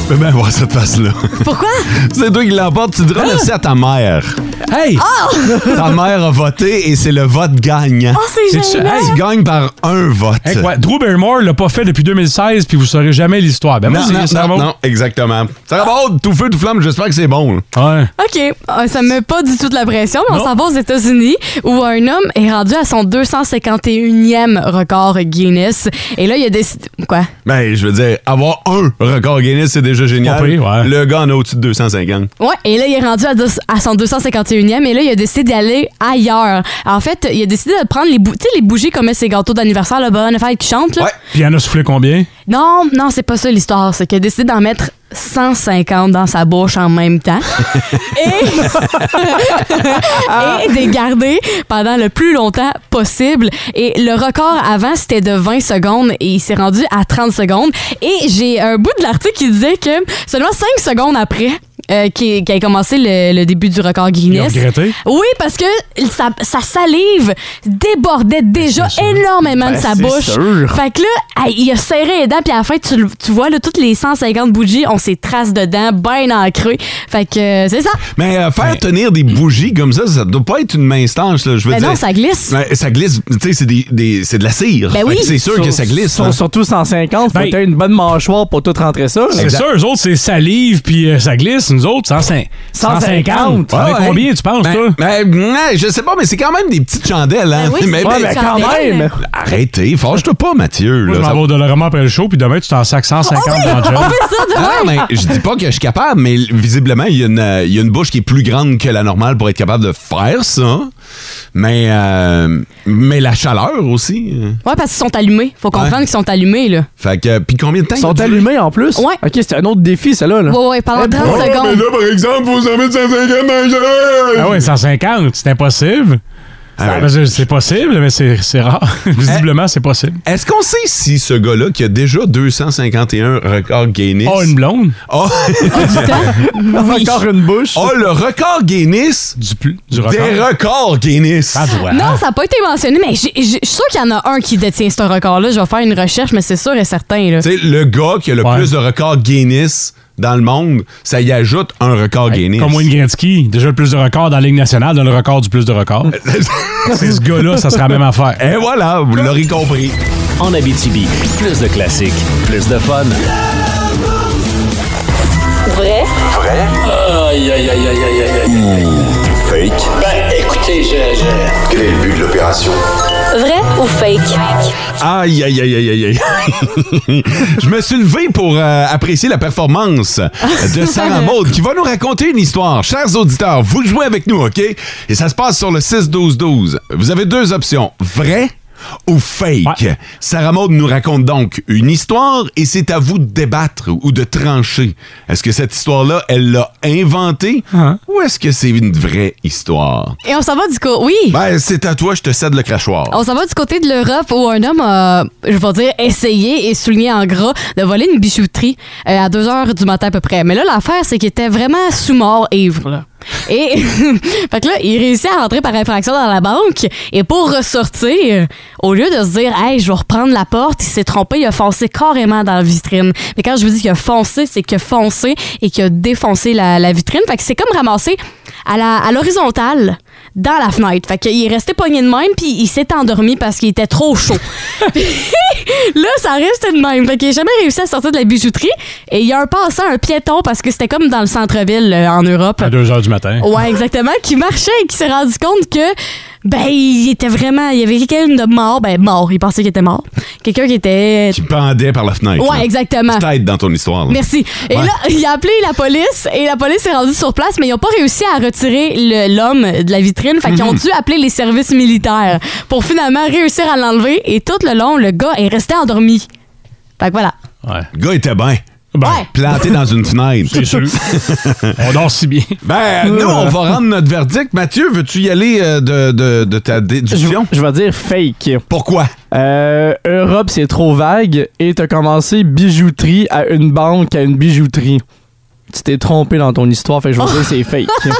B: Tu peux bien avoir cette face-là. Hein?
E: Pourquoi?
B: c'est toi qui l'emporte. Tu diras merci à ta mère.
C: Hey!
B: Ta mère a voté et c'est le vote gagnant.
E: Oh, c'est
B: tu
E: génial!
B: tu gagnes par un vote.
C: Hey, quoi? Drew Barrymore l'a pas fait depuis 2016, puis vous saurez jamais l'histoire. Ben,
B: Non,
C: vas-y,
B: non,
C: Sarah
B: non,
C: Maud.
B: non, exactement. Sarah Maude, tout feu, tout flamme, j'espère que c'est bon. là.
C: Ouais.
E: OK, euh, ça me met pas du tout de la pression, mais
C: Non.
E: on s'en va aux États-Unis où un homme est rendu à son 251e record Guinness. Et là, il a décidé. Quoi?
B: Ben, je veux dire, avoir un record Guinness, c'est déjà génial.
C: Pas pire, ouais.
B: Le gars en a au-dessus de 250.
E: Ouais, et là, il est rendu à, deux- à son 251e et là, il a décidé d'aller ailleurs. En fait, il a décidé de prendre les, bou- tu sais, les bougies comme ces gâteaux d'anniversaire, le bonne affaire qui chante, là.
B: Ouais.
C: Puis il en a soufflé combien?
E: Non, non, c'est pas ça l'histoire. C'est qu'elle décide d'en mettre 150 dans sa bouche en même temps et de les garder pendant le plus longtemps possible. Et le record avant, c'était de 20 secondes et il s'est rendu à 30 secondes. Et j'ai un bout de l'article qui disait que seulement 5 secondes après, euh, qui, qui a commencé le, le début du record Guinness.
C: Ils ont regretté?
E: Oui, parce que sa, sa salive débordait déjà énormément
D: Ben,
E: de sa
D: c'est
E: bouche.
D: sûr.
E: Fait que là, elle- il a serré les dents, puis à la fin, tu, le- tu vois, là, toutes les 150 bougies ont ses traces de dents bien ancrées. Fait que euh, c'est ça.
B: Mais euh, faire tenir des bougies comme ça, ça doit pas être une mince tâche. là, Je veux
E: Ben
B: dire.
E: non, ça glisse.
B: Ouais, ça glisse. Tu sais, c'est des, des- c'est de la cire.
E: Ben
B: Fait que
E: oui.
B: C'est sûr que ça glisse.
D: Sur-
B: hein.
D: Surtout 150, faut
C: Ben-
D: que t'aies une bonne mâchoire pour tout rentrer ça. là.
C: C'est
B: Exact.
C: ça, eux autres, c'est salive, puis euh, ça glisse. Nous autres, 150. 150.
D: Ouais,
C: Ouais,
B: ouais.
C: Combien tu penses,
B: Ben,
C: toi?
B: ben, ouais, je sais pas, mais c'est quand même des petites chandelles. Hein?
E: Ben oui, c'est
B: Mais-
E: des
D: Ouais,
B: mais-
D: mais quand
E: chandelles.
D: même.
B: Arrêtez, fâche-toi pas, Mathieu.
C: Moi,
B: là.
C: je
B: Ça-
C: m'en vais au Dollarama après le show, puis demain, tu t'en sacs 150 dans le
E: On
C: gel.
E: fait ça demain.
B: Ah, ben, je dis pas que je suis capable, mais visiblement, il y, a une, euh, il y a une bouche qui est plus grande que la normale pour être capable de faire ça. Mais, euh, mais la chaleur aussi. euh.
E: Ouais, parce qu'ils sont allumés. Faut comprendre
B: Ouais.
E: qu'ils sont allumés, là.
B: Fait que, puis combien de temps?
D: Ils
B: il a
D: sont
B: duré?
D: allumés en plus?
E: Ouais. Oh,
D: Ok, c'est un autre défi, ça là. là.
E: Ouais, ouais, pendant 30
B: Ouais, mais
E: secondes.
B: là, par exemple, vous en mettez 150 dans le gel.
C: Ah ouais, 150, c'est impossible.
B: Ah ouais.
C: Parce que C'est possible, mais c'est c'est rare. Visiblement, c'est possible.
B: Est-ce qu'on sait si ce gars-là, qui a déjà 251 records Guinness,
C: Oh, une blonde.
B: a,
D: Encore une bouche.
B: a le record Guinness
C: Du, plus, du record.
B: des records Guinness?
C: Ah, ouais.
E: Non, ça n'a pas été mentionné, mais j'ai- j'ai- je suis sûre qu'il y en a un qui détient ce record-là. Je vais faire une recherche, mais c'est sûr et certain, là.
B: Tu sais, le gars qui a le
C: Ouais.
B: plus de records Guinness dans le monde, ça y ajoute un record Guinness.
C: Comme Wayne Gretzky, déjà le plus de records dans la Ligue nationale, dans le record du plus de records. c'est ce gars-là, ça sera la même affaire.
B: Et voilà, vous l'aurez compris.
A: En Abitibi, plus de classiques, plus de fun.
K: Vrai?
J: Aïe, aïe, aïe, aïe, aïe, aïe, aïe. Fake. Ben, écoutez, je, je... Quel est le but de l'opération?
K: Vrai ou fake?
B: Aïe, aïe, aïe, aïe, aïe, aïe. Je me suis levé pour euh, apprécier la performance de Sarah Maud qui va nous raconter une histoire. Chers auditeurs, vous jouez avec nous, OK? Et ça se passe sur le 6-12-12. Vous avez deux options, vrai ou fake.
C: Ouais.
B: Sarah Maud nous raconte donc une histoire et c'est à vous de débattre ou de trancher. Est-ce que cette histoire-là, elle l'a inventée
C: Hein?
B: ou est-ce que c'est une vraie histoire?
E: Et on s'en va du coup. Oui.
B: Ben, c'est à toi, je te cède le crachoir.
E: On s'en va du côté de l'Europe où un homme a, je vais dire, essayé et souligné en gras de voler une bijouterie euh, à 2 heures du matin à peu près. Mais là, l'affaire, c'est qu'il était vraiment sous mort ivre. là. Et fait que là, il réussit à rentrer par infraction dans la banque et pour ressortir, au lieu de se dire Hey, je vais reprendre la porte, il s'est trompé, il a foncé carrément dans la vitrine. Mais quand je vous dis qu'il a foncé, c'est qu'il a foncé et qu'il a défoncé la, la vitrine. Fait que c'est comme ramassé à la- à l'horizontale dans la fenêtre. Fait qu'il est resté pogné de même puis il s'est endormi parce qu'il était trop chaud. Là, ça reste de même. Fait qu'il n'a jamais réussi à sortir de la bijouterie. Et il y a un passant, un piéton, parce que c'était comme dans le centre-ville euh, en Europe.
C: À 2 h du matin.
E: Ouais, exactement, qui marchait et qui s'est rendu compte que ben il était vraiment il y avait quelqu'un de mort, ben mort, il pensait qu'il était mort. Quelqu'un qui était
B: Qui pendait par la fenêtre.
E: Ouais,
B: là.
E: exactement.
B: Peut-être dans ton histoire. là.
E: Merci. Et
B: Ouais.
E: là, il a appelé la police et la police est rendue sur place, mais ils n'ont pas réussi à retirer le- l'homme de la vitrine. Fait
B: Mhm.
E: qu'ils ont dû appeler les services militaires pour finalement réussir à l'enlever. Et tout le long, le gars est resté endormi. Fait que voilà.
C: Ouais.
B: Le gars était bien.
C: Ben,
E: Ouais.
B: Planté dans une fenêtre.
C: c'est sûr. On dort si bien.
B: Ben, nous, on va rendre notre verdict. Mathieu, veux-tu y aller euh, de, de- de ta
D: Je,
B: déduction?
D: je vais dire fake.
B: Pourquoi?
D: Euh, Europe, c'est trop vague et t'as commencé bijouterie à une banque, à une bijouterie. Tu t'es trompé dans ton histoire, fait que je
E: Oh.
D: vais dire c'est fake.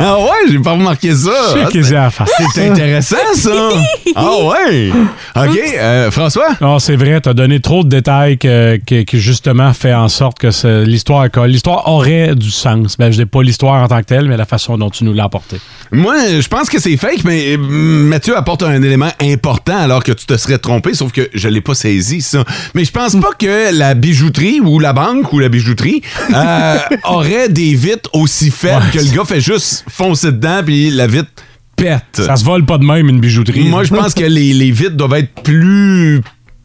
B: Ah ouais, j'ai pas remarqué ça.
C: Je sais
B: Ah,
C: qu'ils aient à faire.
B: C'est intéressant, ça. Ah ouais. OK, euh, François?
C: Non, Ah, c'est vrai, t'as donné trop de détails que, que- qui, justement fait en sorte que ce- l'histoire colle. L'histoire aurait du sens. Ben, je dis pas l'histoire en tant que telle, mais la façon dont tu nous l'as apportée.
B: Moi, je pense que c'est fake, mais euh, Mathieu apporte un élément important alors que tu te serais trompé, sauf que je l'ai pas saisi, ça. Mais je pense pas que la bijouterie ou la banque ou la bijouterie euh, aurait des vitres aussi faibles que le gars fait juste foncer dedans puis la vitre pète.
C: Ça se vole pas de même, une bijouterie.
B: Moi, je pense que les, les vitres doivent être plus,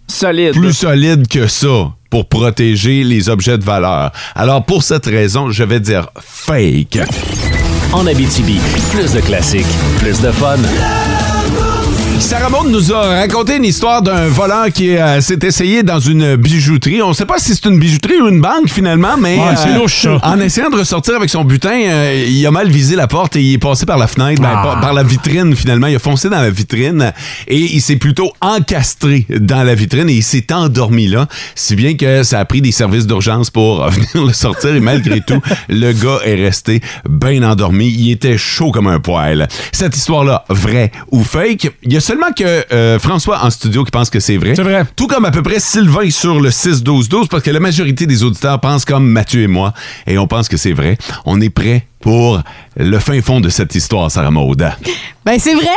D: Solide.
B: plus solides que ça pour protéger les objets de valeur. Alors, pour cette raison, je vais dire fake.
A: En Abitibi, plus de classiques, plus de fun.
B: Sarah Maud nous a raconté une histoire d'un voleur qui euh, s'est essayé dans une bijouterie. On ne sait pas si c'est une bijouterie ou une banque finalement, mais euh,
C: Ouais, c'est louche, ça.
B: en essayant de ressortir avec son butin, euh, il a mal visé la porte et il est passé par la fenêtre, ben,
C: Ah.
B: par, par la vitrine finalement. Il a foncé dans la vitrine et il s'est plutôt encastré dans la vitrine et il s'est endormi là, si bien que ça a pris des services d'urgence pour euh, venir le sortir et malgré tout, le gars est resté bien endormi. Il était chaud comme un poêle. Cette histoire-là, vraie ou fake, il y a seulement que euh, François en studio qui pense que c'est vrai. C'est vrai. Tout comme à peu près Sylvain sur le 6-12-12 parce que la majorité des auditeurs pensent comme Mathieu et moi et on pense que c'est vrai. On est prêt pour le fin fond de cette histoire, Sarah Maud.
E: Ben, c'est vrai.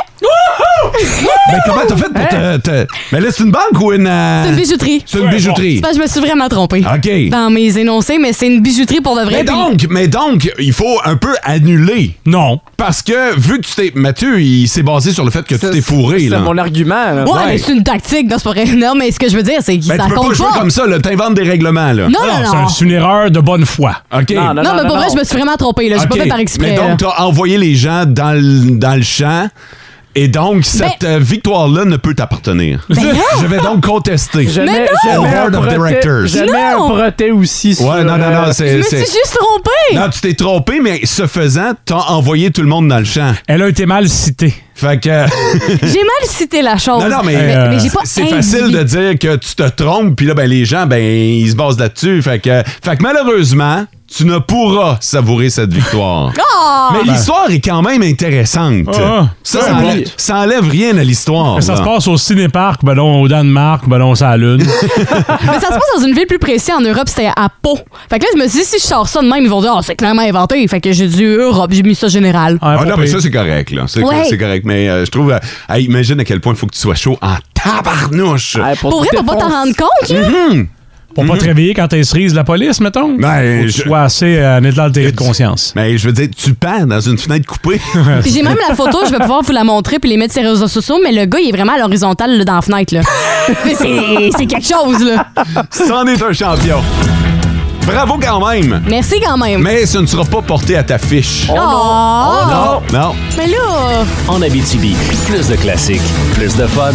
B: Mais comment t'as fait pour te, te- Mais là, c'est une banque ou une. euh,
E: Hein? C'est une bijouterie.
B: C'est une bijouterie.
E: C'est parce que je me suis vraiment trompée.
B: OK.
E: Dans mes énoncés, mais c'est une bijouterie pour de
B: Mais
E: vrai. puis-
B: donc, mais donc, il faut un peu annuler. Non. Parce que, vu que tu t'es. Mathieu, il s'est basé sur le fait que tu t'es fourré,
D: c'est
B: là.
D: mon argument, là.
E: Ouais, mais c'est une tactique. Non, c'est pas vrai. Non, mais ce que je veux dire, c'est que
B: Ben,
E: ça
B: tu peux pas
E: compte
B: jouer
E: pas.
B: comme ça, là. T'inventes des règlements, là.
E: Non, non, Non, non. c'est un- c'est
B: une erreur de bonne foi. OK.
E: Non, mais pour vrai, je me suis vraiment trompée. Là. J'ai
B: OK.
E: pas fait par exprès.
B: Mais
E: là.
B: donc, t'as envoyé les gens dans le, dans le champ. Et
E: Ben
B: donc, cette euh, victoire-là ne peut t'appartenir.
D: Ben non.
B: je vais donc contester.
D: Je mets- je
B: au
D: mets un
B: board of
D: proté-
B: directors.
D: je mets un proté aussi sur...
B: Ouais, non, non, non,
D: euh,
B: c'est- Je me suis c'est- juste
E: trompée.
B: Non, tu t'es trompé, mais ce faisant, t'as envoyé tout le monde dans le champ. Elle a été mal citée. Fait que.
E: J'ai mal cité la chose.
B: Non, non, mais, euh,
E: mais j'ai pas
B: c'est
E: indiqué.
B: facile de dire que tu te trompes, puis là, ben, les gens, ben, ils se basent là-dessus. Fait que, fait que malheureusement, tu ne pourras savourer cette victoire.
E: Ah!
B: Mais
E: Ben.
B: l'histoire est quand même intéressante.
C: Ah,
B: ça,
C: ouais,
B: ça,
C: bon.
B: enlève, ça enlève rien à l'histoire.
C: Mais ça
B: là.
C: se passe au cinéparc, ben non, au Danemark, ben non, ça à la lune.
E: Mais ça se passe dans une ville plus précise en Europe, c'était à Pau. Fait que là, je me suis dit, si je sors ça de même, ils vont dire, oh, c'est clairement inventé. Fait que j'ai dit Europe, j'ai mis ça général.
B: Ah, non, mais ça, c'est correct, là. C'est
E: Ouais.
B: c'est correct. Mais euh, je trouve, euh, hey, imagine à quel point il faut que tu sois chaud en tabarnouche.
E: Pour vrai, pour pas t'en rendre compte, là?
B: Mhm.
C: Pour pas te réveiller quand t'es cerise de la police, mettons.
B: Ben,
C: Faut que tu sois assez euh, en état de de conscience.
B: Mais je veux dire, tu pends dans une fenêtre coupée.
E: Puis j'ai même la photo, je vais pouvoir vous la montrer puis les mettre sur les réseaux sociaux, mais le gars, il est vraiment à l'horizontale là, dans la fenêtre, là. Mais c'est c'est quelque chose, là.
B: C'en est un champion. Bravo quand même.
E: Merci quand même.
B: Mais ce ne sera pas porté à ta fiche.
E: Oh non. Oh non.
B: Non.
E: Mais là...
A: En Abitibi, plus de classiques, plus de fun.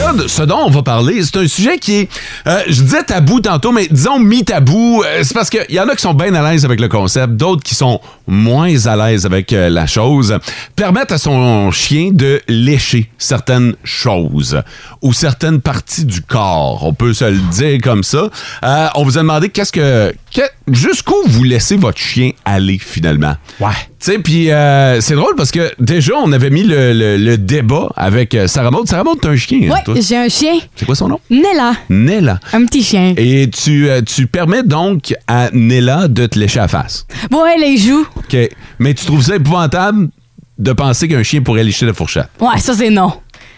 B: Là, de ce dont on va parler, c'est un sujet qui est, euh, je disais tabou tantôt, mais disons mi-tabou. Euh, c'est parce qu'il y en a qui sont bien à l'aise avec le concept, d'autres qui sont moins à l'aise avec euh, la chose. Permettre à son chien de lécher certaines choses ou certaines parties du corps. On peut se le dire comme ça. Euh, on vous a demandé qu'est-ce que, que- jusqu'où vous laissez votre chien aller finalement. Ouais. Tu sais, puis euh, c'est drôle parce que déjà, on avait mis le, le- le débat avec euh, Sarah Maud. Sarah Maud, t'as un chien, hein, toi?
E: Ouais, j'ai un chien.
B: C'est quoi son nom?
E: Nella.
B: Nella.
E: Un petit chien.
B: Et tu, euh, tu permets donc à Nella de te lécher la face.
E: Ouais, les joues.
B: OK. Mais tu trouves ça épouvantable de penser qu'un chien pourrait lécher la fourchette?
E: Ouais, ça, c'est non.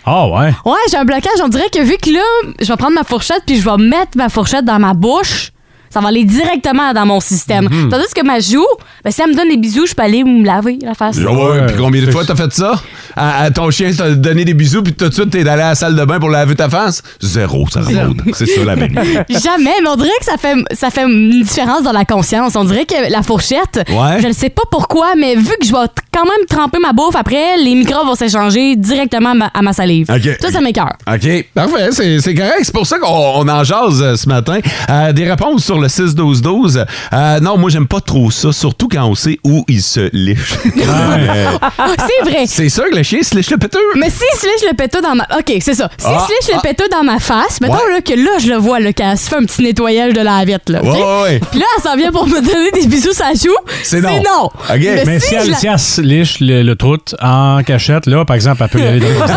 B: Ah ouais?
E: Ouais, j'ai un blocage. On dirait que vu que là, je vais prendre ma fourchette puis je vais mettre ma fourchette dans ma bouche, ça va aller directement dans mon système.
B: Mhm.
E: Tandis que ma joue, ben, si elle me donne des bisous, je peux aller me laver la face.
B: Ah Ouais, ouais, puis combien de fois t'as fait ça? À, à ton chien, t'as donné des bisous, puis tout de suite, t'es allé à la salle de bain pour laver ta face? Zéro, Sarah Maud. C'est ça la même.
E: Jamais, mais on dirait que ça fait, ça fait une différence dans la conscience. On dirait que la fourchette,
B: Ouais.
E: je ne sais pas pourquoi, mais vu que je vais t- quand même tremper ma bouffe après, les microbes vont s'échanger directement à ma, à ma salive.
B: OK.
E: Ça, ça m'écœure.
B: OK, parfait, c'est c'est correct. C'est pour ça qu'on on en jase euh, ce matin. Euh, des réponses sur le 6-12-12. Euh, non, moi, j'aime pas trop ça, surtout quand on sait où il se liche. Euh,
E: c'est vrai.
B: c'est sûr que le chien se liche le péteux.
E: Mais si se lèche le péteux dans ma. OK, c'est ça. Si
B: Ah,
E: se lèche
B: ah.
E: le péteux dans ma face, mettons
B: Ouais.
E: là, que là, je le vois, là, qu'elle se fait un petit nettoyage de la viette, là.
C: Ouais,
E: OK?
C: ouais, ouais.
E: Puis là, elle s'en vient pour me donner des bisous, ça joue.
C: Mais, si,
E: je
C: elle,
E: la-
C: si elle se liche le, le troute en cachette, là, par exemple, elle peut y aller dans le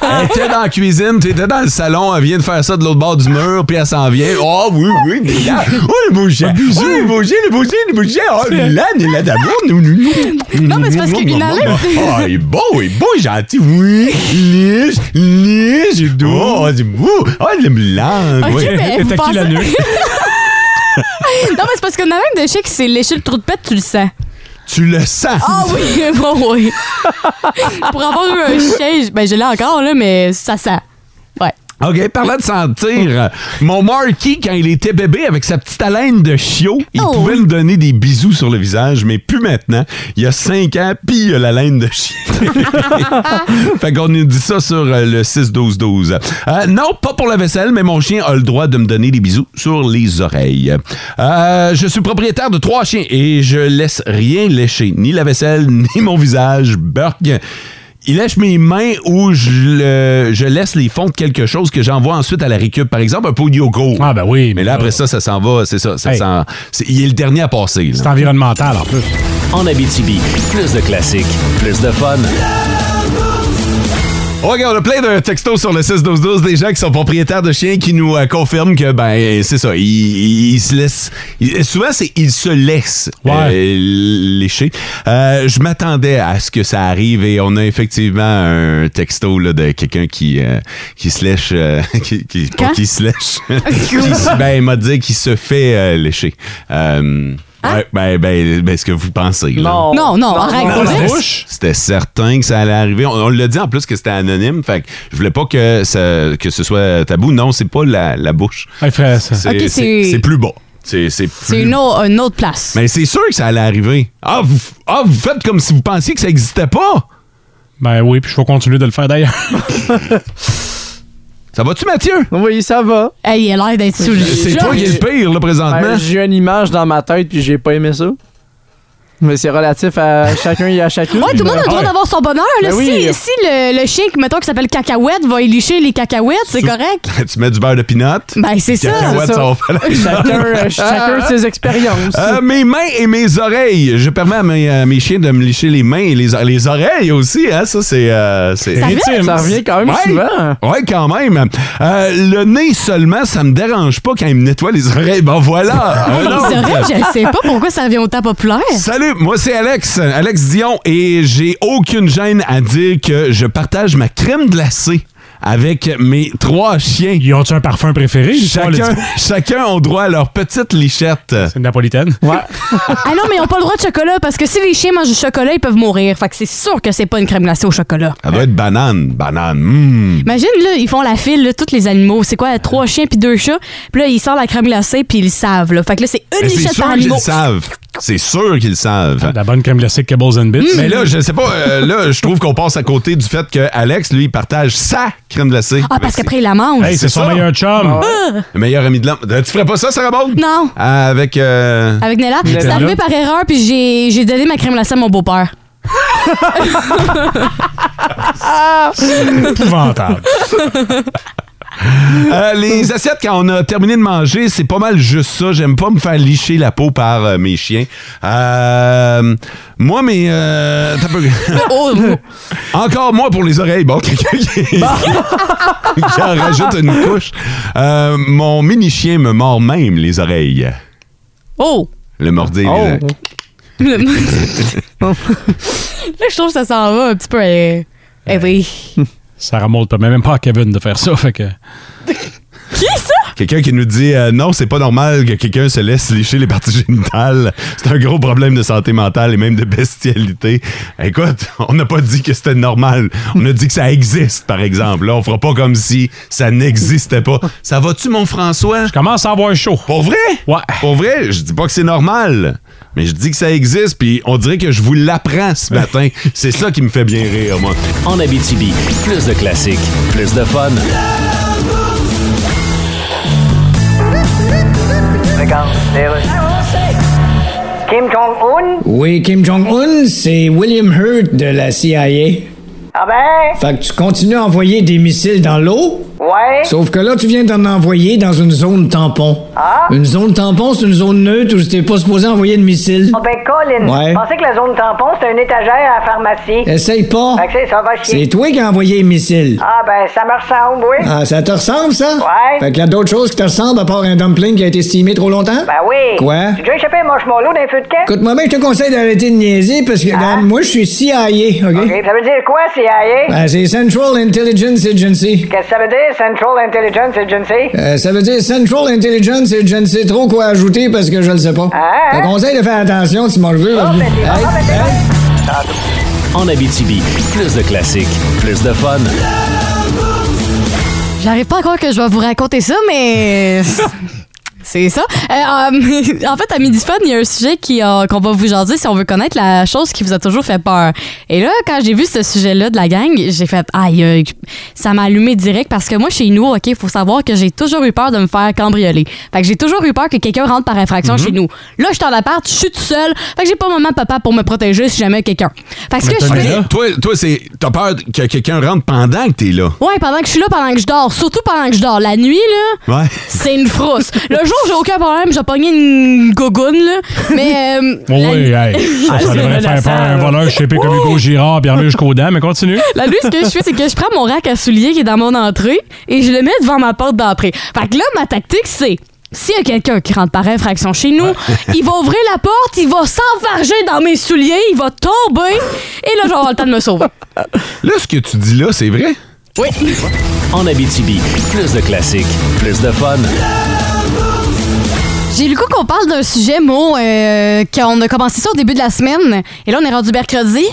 E: Ah.
B: Elle était dans la cuisine, t'étais dans le salon, elle vient de faire ça de l'autre bord du mur, puis elle s'en vient. Oh oui, oui, Nila. Oh, le beau chien. Oh, le beau chien, le beau chien, le beau chien. Oh, Nila, Nila d'abord. nous, nous, nous.
E: Non, mais c'est parce qu'il
B: Oh,
E: enlève-
B: Oh, il est beau, il est beau, il est gentil. Oui, lige, lige, et doux. Oh, du beau. Oh, le blanc.
E: Ok,
B: oui.
E: mais
B: Et
E: vous
B: t'as qui la
E: pensez-
B: nuque?
E: non, mais c'est parce qu'une haleine de chien qui s'est léché le trou de pète, tu le sens.
B: Tu le sens.
E: Ah oui, bon, oui. Pour avoir eu un chien, je- ben, je l'ai encore, là, mais ça sent. Ouais.
B: OK, parlant de sentir, mon Marky, quand il était bébé avec sa petite haleine de chiot, il
E: Oh,
B: pouvait me donner des bisous sur le visage, mais plus maintenant. Il y a cinq ans, puis il y a la laine de chiot. fait qu'on nous dit ça sur euh, le 6-12-12. Euh, non, pas pour la vaisselle, mais mon chien a le droit de me donner des bisous sur les oreilles. Euh, je suis propriétaire de trois chiens et je laisse rien lécher, ni la vaisselle, ni mon visage. Burk. Il lèche mes mains ou je, le- je laisse les fonds de quelque chose que j'envoie ensuite à la récup. Par exemple, un pot de yogourt. Ah, ben oui. Mais là, après ça, ça s'en va. C'est ça. ça
C: Hey.
B: s'en- c'est- il est le dernier à passer. là.
C: C'est environnemental en plus.
A: En Abitibi, plus de classiques, plus de fun.
B: OK, on a plein de textos sur le 6-12-12 des gens qui sont propriétaires de chiens qui nous euh, confirment que, ben, c'est ça, ils, ils- ils se laissent. ils- souvent, c'est ils se laissent euh, lécher. Euh, je m'attendais à ce que ça arrive et on a effectivement un texto là, de quelqu'un qui, euh, qui se lèche. euh, qui, qui, pas
E: Quand?
B: qui se lèche. qui, se- ben, il m'a dit qu'il se fait euh, lécher. Euh, ouais, ben, ben, ben, ce que vous pensez. Là.
E: Hein? Non, non, arrête.
B: Non,
E: Alex.
B: c'était- C'était certain que ça allait arriver. On, on l'a dit en plus que c'était anonyme. Fait que je voulais pas que, ça- que ce soit tabou. Non, c'est pas la, la bouche.
C: Ah,
B: C'est
E: Ok,
B: c'est-
E: c'est-
B: c'est plus bas. C'est c'est
E: C'est
B: plus...
E: une, au- une autre place.
B: Mais c'est sûr que ça allait arriver. Ah vous, ah, vous faites comme si vous pensiez que ça n'existait pas.
C: Ben oui, puis je vais continuer de le faire d'ailleurs.
B: ça va-tu, Mathieu?
D: Oui, ça va. Euh,
E: Hey, il a l'air d'être sous le choc.
B: pire, là, présentement.
D: J'ai une image dans ma tête, puis j'ai pas aimé ça. Mais c'est relatif à chacun et à chacune.
E: Ouais, tout le monde a le droit d'avoir son bonheur. là.
D: Ben
E: si
D: oui.
E: si le, le chien, qui, mettons, qui s'appelle Cacahuète, va élicher les cacahuètes, c'est correct.
B: tu mets du beurre de pinot.
E: Ben, c'est Ben, ça.
B: Cacahuètes,
E: C'est ça.
B: ça va faire la
D: Chacun,
B: job.
D: euh, chacun ses expériences.
B: Euh, mes mains et mes oreilles. Je permets à mes, à mes chiens de me licher les mains et les, o- les oreilles aussi. Hein? Ça, c'est. euh, c'est
D: Ça revient-
B: intime.
D: ça revient quand même
B: Ouais.
D: souvent.
B: Ouais, quand même. Euh, le nez seulement, ça me dérange pas quand ils me nettoient les oreilles. Ben
D: Ah,
B: voilà.
E: Hey,
B: un
E: les
B: autre.
E: oreilles, je sais pas pourquoi ça revient autant populaire.
B: Salut, moi c'est Alex, Alex Dion, et j'ai aucune gêne à dire que je partage ma crème glacée avec mes trois chiens. Ils
C: ont-tu un parfum préféré?
D: Oh,
B: Chacun, chacun ont droit à leur petite lichette. C'est
C: napolitaine.
B: Ouais.
E: ah non, mais ils n'ont pas le droit de chocolat parce que si les chiens mangent du chocolat, ils peuvent mourir. Fait que c'est sûr que c'est pas une crème glacée au chocolat.
B: Ça doit être banane, banane. mm.
E: Imagine, là, ils font la file, là, tous les animaux. C'est quoi, trois chiens puis deux chats? Puis là, ils sortent la crème glacée puis ils le savent, là. Fait que là, c'est une
B: Mais C'est
E: lichette
B: sûr
E: par
B: qu'ils
E: animal.
B: le savent. C'est sûr qu'ils le savent.
C: La bonne crème glacée Kibbles and Bits.
B: Mais là, je sais pas, euh, là, je trouve qu'on passe à côté du fait que Alex, lui, il partage sa crème glacée.
E: Ah, parce qu'après, ils la mangent.
B: Hey, c'est C'est son ça. meilleur chum.
E: Ah.
B: Le meilleur ami de l'homme. Euh, Tu ferais pas ça, Sarah Baud?
E: Non.
B: Ah, Avec. euh,
E: Avec Nella,
B: Nutella.
E: c'est arrivé par erreur puis j'ai- j'ai donné ma crème glacée à mon beau-père.
C: Épouvantable.
B: Euh,
E: Mm.
B: les assiettes, quand on a terminé de manger, c'est pas mal juste ça. J'aime pas me faire licher la peau par euh, mes chiens. Euh, moi, mais... euh,
E: Oh,
B: Encore moi pour les oreilles. Bon, quelqu'un qui, qui en rajoute une couche. Euh, mon mini-chien me mord même les oreilles.
E: Oh!
B: Le mordir. euh, là.
E: Le- Là, je trouve que ça s'en va un petit peu. euh, Eh oui.
C: Ça remonte pas, mais même pas à Kevin de faire ça. Fait que.
E: Qui ça?
B: Quelqu'un qui nous dit euh, non, c'est pas normal que quelqu'un se laisse licher les parties génitales. C'est un gros problème de santé mentale et même de bestialité. Écoute, on n'a pas dit que c'était normal. On a dit que ça existe, par exemple. Là, on fera pas comme si ça n'existait pas. Ça va-tu, mon François? Je
C: commence à avoir chaud.
B: Pour vrai?
C: Ouais.
B: Pour vrai, je dis pas que c'est normal. Mais je dis que ça existe, puis on dirait que je vous l'apprends ce matin. C'est ça qui me fait bien rire, moi.
A: En Abitibi, plus de classiques, plus de fun.
L: Kim Jong-un?
H: Oui, Kim Jong-un, c'est William Hurt de la CIA.
L: Ah ben?
H: Fait que tu continues à envoyer des missiles dans l'eau?
L: Ouais?
H: Sauf que là, tu viens d'en envoyer dans une zone tampon.
L: Ah?
H: Une zone tampon, c'est une zone neutre où t'es pas supposé envoyer de missiles.
L: Ah ben, Colin,
H: Ouais.
L: je pensais que la zone tampon, c'était une étagère à la pharmacie.
G: Ah.
H: Essaye
G: Ben,
H: pas.
L: Fait que c'est- ça va chier.
H: C'est toi qui as envoyé les missiles.
L: Ah ben, ça me ressemble, oui.
H: Ah, ça te ressemble, ça?
L: Ouais.
H: Fait qu'il y a d'autres choses qui te ressemblent à part un dumpling qui a été estimé trop longtemps?
L: Ben oui.
H: Quoi?
L: J'ai déjà échappé un marshmallow d'un feu de camp.
H: Écoute-moi bien, je te conseille d'arrêter de niaiser parce que regarde, moi, je suis CIA, OK?
L: Ah. OK, Ça veut dire quoi, CIA?
H: Ben, c'est Central Intelligence Agency.
L: Qu'est-ce que ça veut dire, Central Intelligence Agency?
H: Euh, ça veut dire Central Intelligence Agency. Trop quoi ajouter parce que je le sais pas.
L: Ah, hein?
H: Je te conseille de faire attention si m'en veux.
L: Oh,
H: parce que-
L: ben
H: Hey.
A: En Abitibi, plus de classiques, plus de fun.
E: J'arrive pas encore que je vais vous raconter ça, mais. C'est ça. Euh, euh, en fait, à Midi Fun, il y a un sujet qui, euh, qu'on va vous jaser si on veut connaître la chose qui vous a toujours fait peur. Et là, quand j'ai vu ce sujet-là de la gang, j'ai fait aïe, aïe, ça m'a allumé direct parce que moi, chez nous, OK, faut savoir que j'ai toujours eu peur de me faire cambrioler. Fait que j'ai toujours eu peur que quelqu'un rentre par infraction
M: Mhm.
E: chez nous. Là, je suis en appart, je suis tout seul. Fait que j'ai pas maman, papa pour me protéger si jamais quelqu'un. Fait que ce que je fais.
B: Toi, toi c'est. T'as peur que quelqu'un rentre pendant que t'es là.
E: Ouais, pendant que je suis là, pendant que je dors. Surtout pendant que je dors. La nuit, là,
B: Ouais.
E: c'est une frousse. Le jour, j'ai aucun problème, j'ai pogné une gogoune, là. Mais. euh,
C: Oui,
E: la-
C: oui, hey, ça, ça
E: Ah,
C: devrait
E: c'est
C: faire peur à un
E: menaçant, là.
C: voleur chépé comme Hugo Girard, puis armé jusqu'aux dents, mais continue.
E: La nuit, ce que je fais, c'est que je prends mon rack à souliers qui est dans mon entrée et je le mets devant ma porte d'entrée. Fait que là, ma tactique, c'est. S'il y a quelqu'un qui rentre par infraction chez nous, il va ouvrir la porte, il va s'enfarger dans mes souliers, il va tomber, et là, je vais avoir le temps de me sauver.
B: Là, ce que tu dis là, c'est vrai?
E: Oui.
A: En Abitibi, plus de classiques, plus de fun.
E: J'ai le coup qu'on parle d'un sujet, Mo, euh, qu'on a commencé ça au début de la semaine, et là, on est rendu mercredi.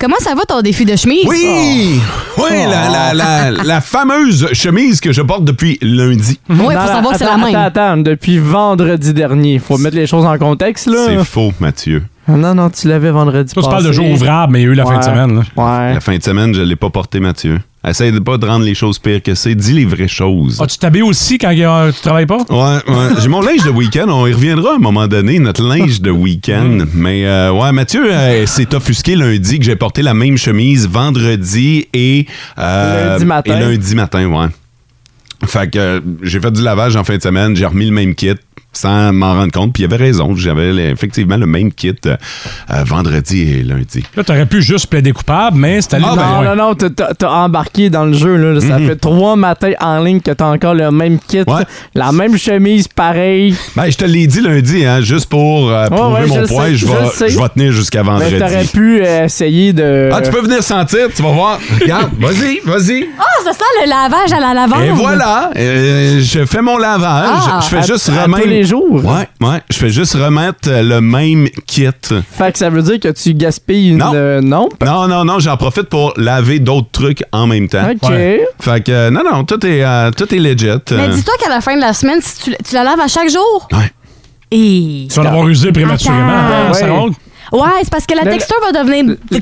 E: Comment ça va ton défi de chemise?
B: Oui! Oui, la, la, la, la fameuse chemise que je porte depuis lundi.
E: Oui, faut
D: Non,
E: savoir
D: non,
E: que c'est la
D: Mhm. attends,
E: même.
D: Attends, attends, depuis vendredi dernier. Faut mettre les choses en contexte, là.
B: C'est faux, Mathieu.
D: Ah Non, non, tu l'avais vendredi
C: Toi, tu
D: passé.
C: parles de jour ouvrable, mais il y a eu la fin de
D: Ouais.
C: semaine. là.
D: Hein?
B: La fin de semaine, je ne l'ai pas porté, Mathieu. Essaye de pas de rendre les choses pires que c'est. Dis les vraies choses.
C: Ah, tu t'habilles aussi quand il y a- tu travailles pas?
B: Ouais, ouais. J'ai mon linge de week-end. On y reviendra à un moment donné, notre linge de week-end.
D: Mm.
B: Mais euh, ouais, Mathieu euh, s'est offusqué lundi que j'ai porté la même chemise vendredi et, euh,
D: Lundi matin.
B: et lundi matin, ouais. Fait que euh, j'ai fait du lavage en fin de semaine, j'ai remis le même kit sans m'en rendre compte. Puis il avait raison, j'avais effectivement le même kit euh, euh, vendredi et lundi.
C: Là, t'aurais pu juste plaider coupable, mais c'était allé
B: Ah,
D: non,
B: ben,
C: plus loin.
D: non, non, t'as- t'as t'as embarqué dans le jeu. Là, là. Ça
B: Mm-hmm.
D: fait trois matins en ligne que t'as encore le même kit, la même chemise, pareil.
B: Ben, je te l'ai dit lundi, hein, juste pour euh,
D: Ouais,
B: prouver
D: ouais, je
B: mon
D: le
B: point,
D: sais,
B: je
D: je
B: vais
D: le sais.
B: Ah, je vais tenir jusqu'à vendredi.
D: Mais t'aurais pu euh, essayer de.
B: Ah, tu peux venir sentir, tu vas voir. Regarde, vas-y, vas-y.
E: Ah, ça sent le lavage à la lavande.
B: Et voilà, euh, je fais mon lavage.
E: Ah,
B: je fais
E: à-
B: juste
D: Ah. à
B: remettre.
D: tous les jours.
B: Ouais, ouais. Je fais juste remettre euh, le même kit.
D: Fait que ça veut dire que tu gaspilles une.
B: Non.
D: euh, non.
B: Non, non, non, j'en profite pour laver d'autres trucs en même temps.
D: Ok. Ouais.
B: Fait que, euh, non, non, tout est, euh, tout est legit.
E: Mais
B: euh.
E: dis-toi qu'à la fin de la semaine, si tu, tu la laves à chaque jour.
B: Ouais.
E: Et...
C: Tu vas l'avoir usé prématurément.
E: Attends.
C: hein, ça roule.
E: Ouais, c'est parce que la
D: Le-
E: texture va devenir.
D: Là,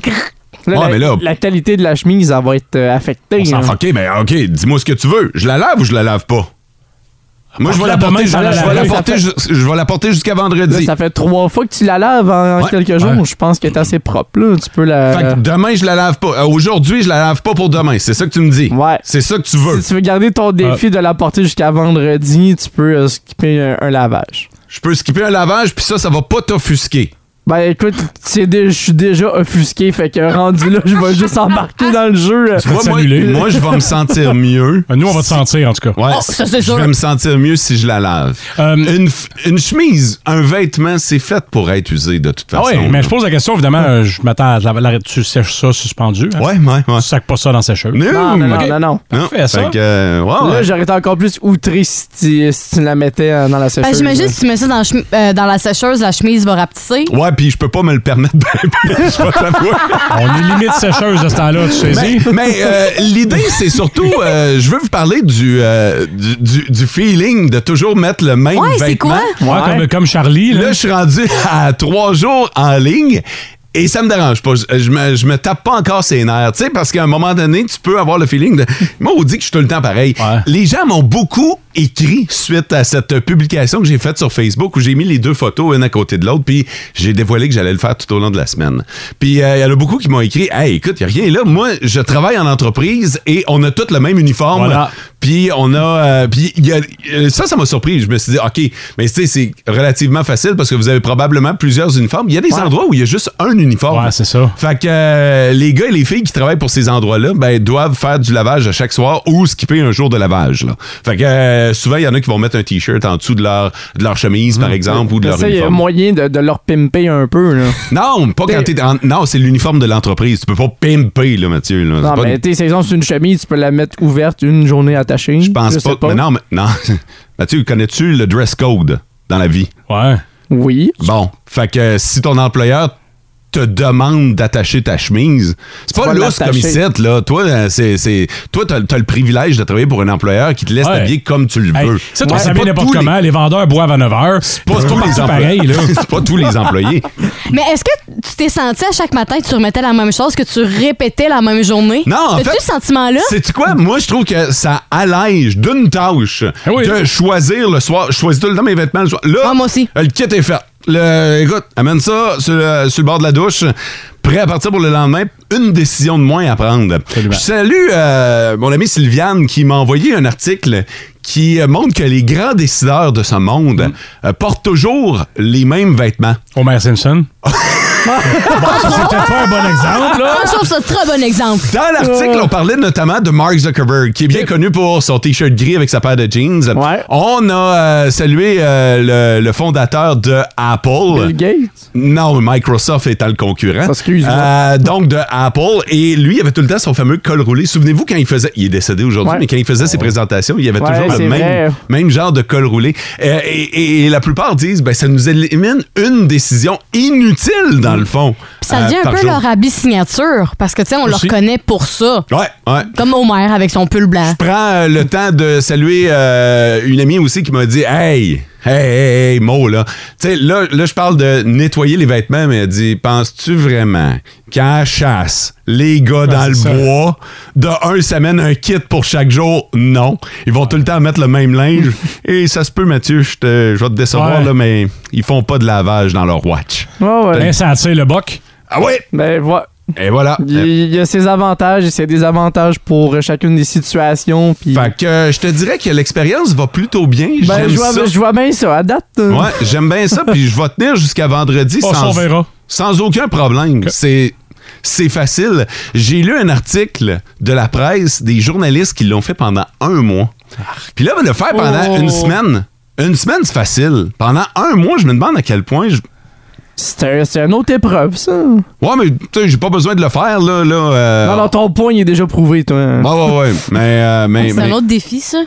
B: Ouais,
D: la,
B: mais là-
D: la qualité de la chemise, elle va être euh, affectée.
B: On s'en
D: hein.
B: fout. OK, ben, OK, dis-moi ce que tu veux. Je la lave ou je la lave pas? Moi, je vais
D: Porte-la
B: la porter,
D: demain,
B: je
D: ça la
B: vais
D: lave.
B: la porter
D: Ça
B: jus- je vais la porter jusqu'à vendredi.
D: Là, ça fait trois fois que tu la laves en en
B: Ouais.
D: quelques jours. Je pense que t'es assez propre. Là. Tu peux la.
B: Fait que demain, je la lave pas. Euh, Aujourd'hui, je la lave pas pour demain. C'est ça que tu me dis. Ouais. C'est ça que tu veux. Euh.
D: Si tu veux garder ton défi de la porter jusqu'à vendredi, tu peux euh, skipper un, un lavage.
B: Je peux skipper un lavage, puis ça, ça va pas t'offusquer.
D: Ben écoute, c'est dé- je suis déjà offusqué, fait que rendu là, je vais juste embarquer dans le jeu.
B: Tu vois, moi, moi, je vais me sentir mieux.
C: Euh, Nous, on va te sentir, en tout cas.
B: Ouais,
D: Oh, ça, c'est
B: je
D: sûr.
B: vais me sentir mieux si je la lave.
C: Euh,
B: Une, f- une chemise, un vêtement, c'est fait pour être usé de toute
C: Ah
B: façon.
C: oui, mais je pose la question, évidemment, euh, je m'attends à la, la- tu sèches ça suspendu. hein?
B: Ouais, ouais, ouais.
C: Tu sacs pas ça dans sa sécheuse.
D: Non, non, non,
C: Ok.
D: non, non.
C: Parfait, ça.
B: Fait que, euh, ouais,
D: Là,
B: ouais.
D: j'aurais été encore plus outré si tu, si tu la mettais euh, dans la sécheuse.
E: Ben, J'imagine si tu mets ça dans, la chemi- euh, dans la sécheuse, la chemise va rapetisser.
B: Ouais, puis je peux pas me le permettre. ben, ben, je vais t'avouer.
C: On est limite sécheuse de ce temps-là, tu saisis.
B: Mais, mais, euh, l'idée, c'est surtout, euh, je veux vous parler du, euh, du, du- du feeling de toujours mettre le même
C: Ouais,
B: vêtement.
C: c'est quoi? Ouais, comme- comme Charlie.
B: Là, je suis rendu à trois jours en ligne. Et ça me dérange pas. Je, je me, je me tape pas encore ses nerfs, tu sais, parce qu'à un moment donné, tu peux avoir le feeling de. Moi, on dit que je suis tout le temps pareil. Les gens m'ont beaucoup écrit suite à cette publication que j'ai faite sur Facebook où j'ai mis les deux photos une à côté de l'autre, puis j'ai dévoilé que j'allais le faire tout au long de la semaine. Puis euh, il y en a beaucoup qui m'ont écrit Hey, écoute, il n'y a rien là. Moi, je travaille en entreprise et on a tous le même uniforme.
C: Voilà.
B: Puis on a. euh, puis il y a- euh, ça, ça m'a surpris. Je me suis dit, OK, mais tu sais, c'est relativement facile parce que vous avez probablement plusieurs uniformes. Il y a des endroits où il y a juste un uniforme.
C: Ouais, c'est ça.
B: Fait que euh, les gars et les filles qui travaillent pour ces endroits-là, ben, doivent faire du lavage à chaque soir ou skipper un jour de lavage. là. Fait que euh, souvent, il y en a qui vont mettre un T-shirt en dessous de leur, de leur chemise,
C: Mm.
B: par exemple, ou de
D: Là,
B: leur
D: ça, il y a
B: uniforme.
D: moyen de, de leur pimper un peu. Là.
B: Non, pas quand t'es en- Non, c'est l'uniforme de l'entreprise. Tu peux pas pimper, là, Mathieu. là.
D: Non,
B: C'est pas-
D: mais t'es, c'est exemple, c'est une chemise, tu peux la mettre ouverte une journée attachée. Je
B: pense
D: sais
B: pas. Mais non, mais, non. Mathieu, connais-tu le dress code dans la vie?
C: Ouais.
D: Oui.
B: Bon, fait que si ton euh, employeur te demande d'attacher ta chemise. C'est
D: Tu
B: pas
D: vas
B: lousse comme
D: l'attacher.
B: ici, là. Toi, euh, c'est, c'est, toi, t'as, t'as le privilège de travailler pour un employeur qui te laisse
C: Ouais.
B: t'habiller comme tu le
C: Hey,
B: veux.
C: Ça, tu
B: Ouais, c'est
C: s'habille
B: pas
C: n'importe
B: tous les-
C: comment. Les... vendeurs boivent à 9 h. C'est
B: pas tous les
C: partout
B: employés.
C: pareil, là.
B: C'est pas tous les employés.
E: Mais est-ce que tu t'es senti à chaque matin que tu remettais la même chose, que tu répétais la même journée?
B: Non, en
E: Hein? T'as-tu
B: fait,
E: ce sentiment-là?
B: C'est quoi? Moi, je trouve que ça allège d'une tâche de choisir le soir. Je choisis tout le temps mes vêtements le soir. Là,
E: Ah,
B: moi aussi. le kit est fait. Le, écoute, amène ça sur le, sur le bord de la douche. Prêt à partir pour le lendemain, une décision de moins à prendre. Je salue euh, mon ami Sylviane qui m'a envoyé un article qui euh, montre que les grands décideurs de ce monde euh, portent toujours les mêmes vêtements.
C: Homer Simpson.
E: C'était
C: pas un bon exemple, là.
E: Moi, je trouve ça un très bon exemple.
B: Dans
D: Ah.
B: l'article, on parlait notamment de Mark Zuckerberg, qui est bien connu pour son t-shirt gris avec sa paire de jeans. On a euh, salué euh, le, le fondateur de Apple.
D: Bill Gates?
B: Non, Microsoft étant le concurrent. Euh, donc de Apple. Et lui, il avait tout le temps son fameux col roulé. Souvenez-vous quand il faisait, il est décédé aujourd'hui,
D: Ouais.
B: mais quand il faisait ses présentations, il y avait
D: Ouais,
B: toujours
D: c'est
B: le
D: vrai.
B: même, même genre de col roulé. Euh, et, et- et la plupart disent, ben, ça nous élimine une décision inutile dans le fond.
E: Puis ça
B: euh,
E: devient un
B: par
E: peu
B: jour.
E: leur habit signature, parce que, tu sais, on le
B: Aussi.
E: reconnaît pour ça.
B: Ouais, ouais.
E: Comme Homer avec son pull blanc.
B: prends euh, le temps de saluer euh, une amie aussi qui m'a dit Hey, hey, hey, hey, Mo, là. Tu sais, là, là je parle de nettoyer les vêtements, mais elle dit Penses-tu vraiment qu'à la chasse, les gars
D: Ah,
B: dans le bois, de un, ça mène un kit pour chaque jour Non. Ils vont tout le temps mettre le même linge. Et ça se peut, Mathieu, je te- je vais te décevoir,
C: Ouais.
B: là, mais ils font pas de lavage dans leur watch.
C: Ben, ça attire le boc.
B: Ah ouais?
D: Ben, voilà.
B: Et voilà.
D: Il il y a ses avantages et ses désavantages pour euh, chacune des situations. Puis
B: Fait que euh, je te dirais que l'expérience va plutôt bien.
D: Ben,
B: J'aime
D: je vois-
B: ça.
D: je vois bien ça. À date, euh,
B: Ouais, j'aime bien ça, puis je vais tenir jusqu'à vendredi
D: Oh, On
B: sans,
D: s'en verra.
B: sans aucun problème. C'est. C'est facile. J'ai lu un article de la presse des journalistes qui l'ont fait pendant un mois. Puis là, ben, le faire pendant
D: Oh.
B: une semaine, une semaine, c'est facile. Pendant un mois, je me demande à quel point je,
D: c'est un- c'est une autre épreuve, ça.
B: Ouais, mais tu sais, j'ai pas besoin de le faire, là. là euh...
D: Non, non, ton point, il est déjà prouvé, toi.
B: Ouais, ouais, ouais. Mais, euh, mais,
E: C'est
B: mais,
E: un autre défi, ça.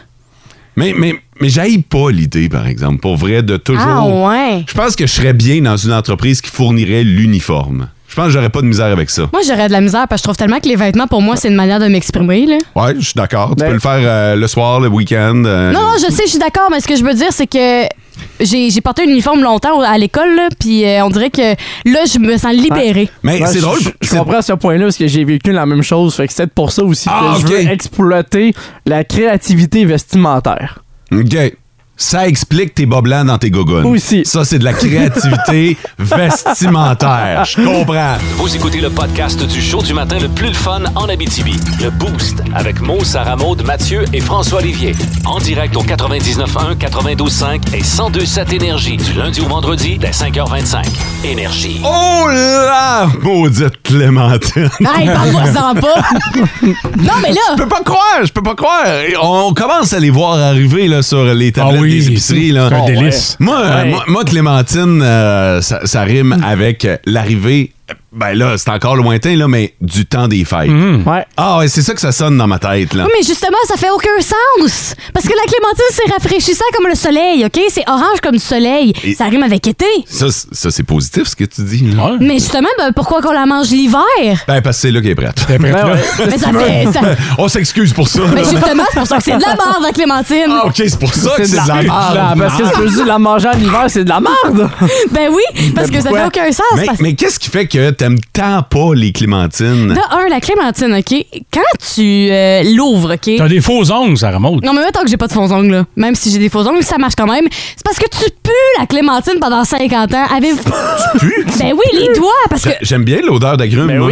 B: mais, mais, mais j'haïs pas l'idée, par exemple, pour vrai, de toujours.
E: Ah, ouais.
B: Je pense que je serais bien dans une entreprise qui fournirait l'uniforme. Je pense que j'aurais pas de misère avec ça.
E: Moi, j'aurais de la misère parce que je trouve tellement que les vêtements, pour moi, c'est une manière de m'exprimer. là.
B: Ouais, je suis d'accord.
D: Ben,
B: Tu peux le faire euh, le soir, le week-end. euh,
E: Non, non, je sais, je suis d'accord, mais ce que je veux dire, c'est que j'ai j'ai porté un uniforme longtemps à l'école, là, puis euh, on dirait que là, je me sens libérée.
D: Ouais, Ben, je- je- Je comprends à ce point-là parce que j'ai vécu la même chose. Fait que c'est pour ça aussi que
B: Ah,
D: je
B: ok.
D: veux exploiter la créativité vestimentaire.
B: OK. Ça explique tes bas blancs dans tes gogones.
D: Aussi.
B: Ça, c'est de la créativité vestimentaire. Je comprends.
A: Vous écoutez le podcast du show du matin le plus le fun en Abitibi. Le Boost avec Mo, Sarah Maud, Mathieu et François Olivier. En direct au 99.1, 92.5 et 102.7 Énergie du lundi au vendredi dès 5h25. Énergie.
B: Oh là! Maudite Clémentine.
E: Hey, parle-moi-en pas. Non, mais là-
B: Je peux pas croire, je peux pas croire. Et On commence à les voir arriver là, sur les tablettes
C: Ah oui,
B: des épiceries. là.
C: c'est
E: Oh,
C: un délice.
B: Moi, euh,
C: Ouais.
B: moi, moi, Clémentine, euh, ça, ça rime avec euh, l'arrivée. Ben là, c'est encore lointain, là, mais du temps des fêtes.
D: Mhm.
B: Ah ouais, c'est ça que ça sonne dans ma tête. Là.
E: Oui, mais justement, ça fait aucun sens. Parce que la clémentine, c'est rafraîchissant comme le soleil, OK? C'est orange comme du soleil.
B: Et-
E: Ça rime avec été.
B: Ça, c- ça, c'est positif ce que tu dis. là.
E: Mais justement, ben, pourquoi qu'on la mange l'hiver?
B: Ben, parce que c'est là qu'elle est prête.
E: là?
D: Ben,
E: ouais. Mais ça fait- ça-
B: On s'excuse pour ça.
E: Mais justement, c'est pour ça que c'est de la merde, la clémentine.
B: Ah, OK, c'est pour ça que c'est de la merde.
D: Parce que si tu dis la manger en hiver, c'est de la merde.
E: Ben oui, parce que ça fait
B: Pourquoi?
E: aucun sens.
B: Mais,
E: Ah, parce-
B: mais qu'est-ce qui fait que t'aimes tant pas les clémentines?
E: De un, la clémentine, OK? Quand tu euh, l'ouvres, OK?
C: T'as des faux ongles, ça remonte.
E: Non, mais mettons que j'ai pas de faux ongles, là. Même si j'ai des faux ongles, ça marche quand même. C'est parce que tu pues la clémentine pendant 50 ans. Avec... Tu
B: pues?
E: Ben oui, les doigts, parce que...
B: J'a- J'aime bien l'odeur d'agrumes. moi.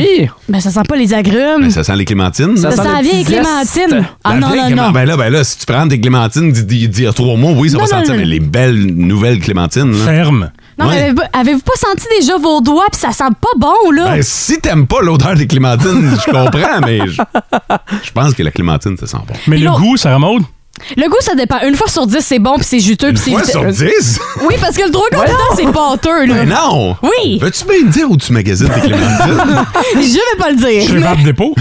E: Ben ça sent pas les agrumes.
B: Ben, ça sent les clémentines.
E: Mm. Ça sent la
B: vieille
E: vieille clémentine. Ah non, non, non.
B: Ben là, ben là, si tu prends des clémentines, d- d- dire trois mots, oui, ça
E: Non,
B: va
E: non,
B: sentir.
E: non,
B: mais
E: non.
B: les belles nouvelles clémentines. Là.
C: Ferme.
E: Non, mais avez-vous avez-vous pas senti déjà vos doigts puis ça sent pas bon, là?
B: Ben, si t'aimes pas l'odeur des clémentines, je comprends, mais je je pense que la clémentine, ça sent bon.
C: Mais le goût, ça remonte.
E: Le goût, ça dépend. Une fois sur dix, c'est bon, puis c'est juteux, puis c'est
B: fois
E: vite-
B: sur dix?
E: Oui, parce que le trois quarts du temps, c'est pâteux, là.
B: Mais non!
E: Oui!
B: Veux-tu bien me dire où tu magasines tes clémentines?
E: Je vais pas le dire. mais-
C: Dépôt?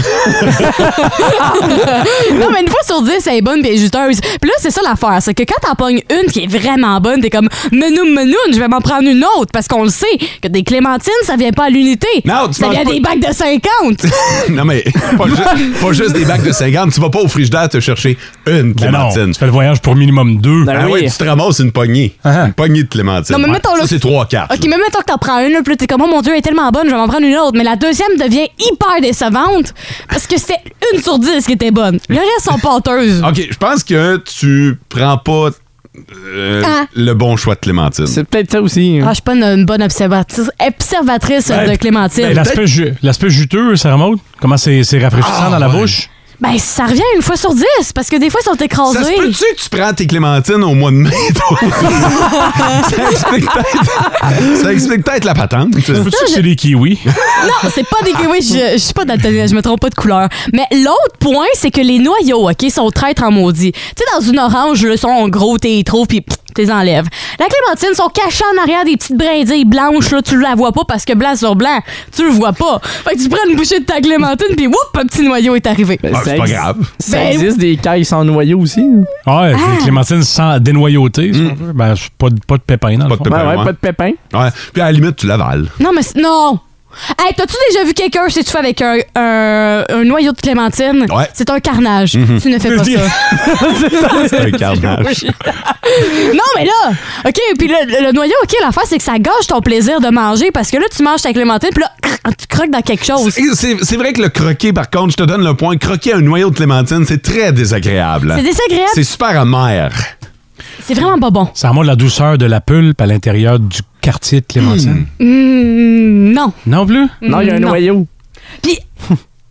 E: non, mais une fois sur dix, elle est bonne puis elle est juteuse. Puis là, c'est ça l'affaire. C'est que quand t'en pognes une qui est vraiment bonne, t'es comme menoun, menoun, je vais m'en prendre une autre. Parce qu'on le sait que des clémentines, ça vient pas à l'unité.
B: Non, tu
E: Ça
B: manges
E: vient
B: pas-
E: des bacs de 50.
B: non, mais pas, ju- pas juste des bacs de 50. Tu vas pas au frigidaire te chercher
E: Ben
B: une clémentine. tu fais
C: le voyage pour minimum deux.
B: Ah
E: oui. Ah
B: ouais, tu te ramasses une poignée. Une poignée de clémentine.
E: Non, mais mettons
B: Ça,
E: le-
B: c'est trois quatre.
E: OK, mais mettons que t'en prends une, là, puis là, t'es comme, oh mon Dieu, elle est tellement bonne, je vais m'en prendre une autre. Mais la deuxième devient hyper décevante parce que c'était une sur dix qui était bonne. Le reste sont pâteuses.
B: OK, je pense que tu prends pas euh,
E: Ah.
B: le bon choix de clémentine.
D: C'est peut-être ça aussi.
E: Ah, je suis pas une, une bonne observatrice, observatrice
C: Ben,
E: de Clémentine.
C: ben, L'aspect ju- l'aspect juteux, ça remonte? Comment c'est c'est rafraîchissant
E: Ah,
C: dans la bouche?
E: Ben, ça revient une fois sur dix, parce que des fois, ils sont écrasés.
B: Ça se peut-tu que tu prends tes clémentines au mois de mai, toi? ça explique peut-être ça explique peut-être la patente. Ah, Ça
E: peut-tu que c'est
C: des kiwis?
E: non, c'est pas des kiwis, je, je suis pas daltonienne, je me trompe pas de couleur. Mais l'autre point, c'est que les noyaux, OK, sont traîtres en maudit. Tu sais, dans une orange, le sont gros, t'es les trouves, puis pff, t'es les enlèves. La clémentine sont cachées en arrière des petites brindilles blanches, là, tu la vois pas parce que blanc sur blanc, tu le vois pas. Fait que tu prends une bouchée de ta clémentine, puis whoop, un petit noyau est arrivé.
B: Ben,
D: ça ex- Ça
E: Ben,
D: existe des cailles sans noyau aussi.
E: Ah.
C: Ouais, c'est des clémentines sans dénoyauter.
E: Mm.
C: si on veut. Ben, c'est pas, de- pas de pépins, dans le fond.
B: pépins, Ben Ouais, ouais, ouais. pas de
D: pépins.
B: Ouais. Puis à la limite, tu l'avales.
E: Non, mais c'est- non! Hey, t'as-tu déjà vu quelqu'un si tu fais avec un, un- un noyau de clémentine?
B: Ouais.
E: C'est un carnage.
B: Mhm.
E: Tu ne fais pas
B: C'est-
E: ça.
B: C'est un carnage.
E: non, mais là, OK, puis le, le- le noyau, OK, l'affaire, c'est que ça gâche ton plaisir de manger parce que là, tu manges ta clémentine, puis là, tu croques dans quelque chose.
B: C'est- C'est c'est vrai que le croquer, par contre, je te donne le point. Croquer un noyau de clémentine, c'est très désagréable.
E: C'est désagréable.
B: C'est super amer.
E: C'est vraiment pas bon.
C: Ça remonte la douceur de la pulpe à l'intérieur du quartier de Clémentine.
E: Hmm, non.
C: Non plus?
E: Mm.
C: Mm.
E: Non, il y a un Non. noyau.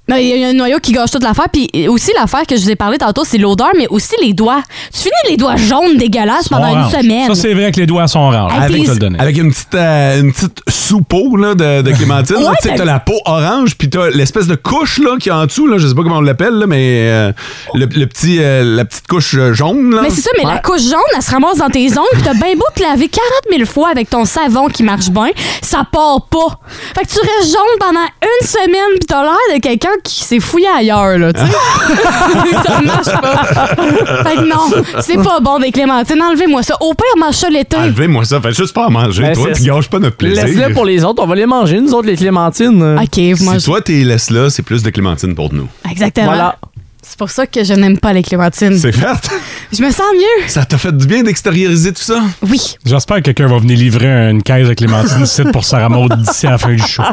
E: Non, Il y a- il y a un noyau qui gâche toute l'affaire. Puis aussi, l'affaire que je vous ai parlé tantôt, c'est l'odeur, mais aussi les doigts. Tu finis les doigts jaunes dégueulasses pendant
C: Orange.
E: une semaine.
C: Ça, c'est vrai que les doigts sont orange.
E: Avec-
C: Je vais te le donner.
B: Avec une petite, euh, une petite soupeau là, de, de clémentine. là.
E: Ouais,
B: tu sais,
E: t'as-
B: t'as la peau orange, puis t'as l'espèce de couche là, qui est en dessous. Là, je sais pas comment on l'appelle, là, mais euh, le, le petit, euh, la petite couche euh, jaune. Là.
E: Mais c'est ça, mais la couche jaune, elle se ramasse dans tes ongles, pis t'as bien beau te laver 40 000 fois avec ton savon qui marche bien, ça part pas. Fait que tu restes jaune pendant une semaine, pis t'as l'air de quelqu'un qui s'est fouillé ailleurs, là, tu sais. ça marche pas. Fait que non, c'est pas bon des clémentines, enlevez-moi ça. Au pire, mange ça l'été.
B: Ah, Enlevez-moi ça, fais juste pas à manger,
D: Ben,
B: toi,
D: c'est-
B: puis gâche pas notre plaisir.
D: Laisse-le pour les autres, on va les manger, nous autres, les clémentines.
E: OK,
B: Si toi, t'es laisse là, c'est plus de clémentine pour nous.
E: Exactement.
B: Voilà.
E: C'est pour ça que je n'aime pas les clémentines.
B: C'est fait.
E: Je me sens mieux.
B: Ça t'a fait du bien d'extérioriser tout ça?
E: Oui.
C: J'espère que quelqu'un va venir livrer une caisse de Clémentine ici pour Sarah Maud d'ici à la fin du show.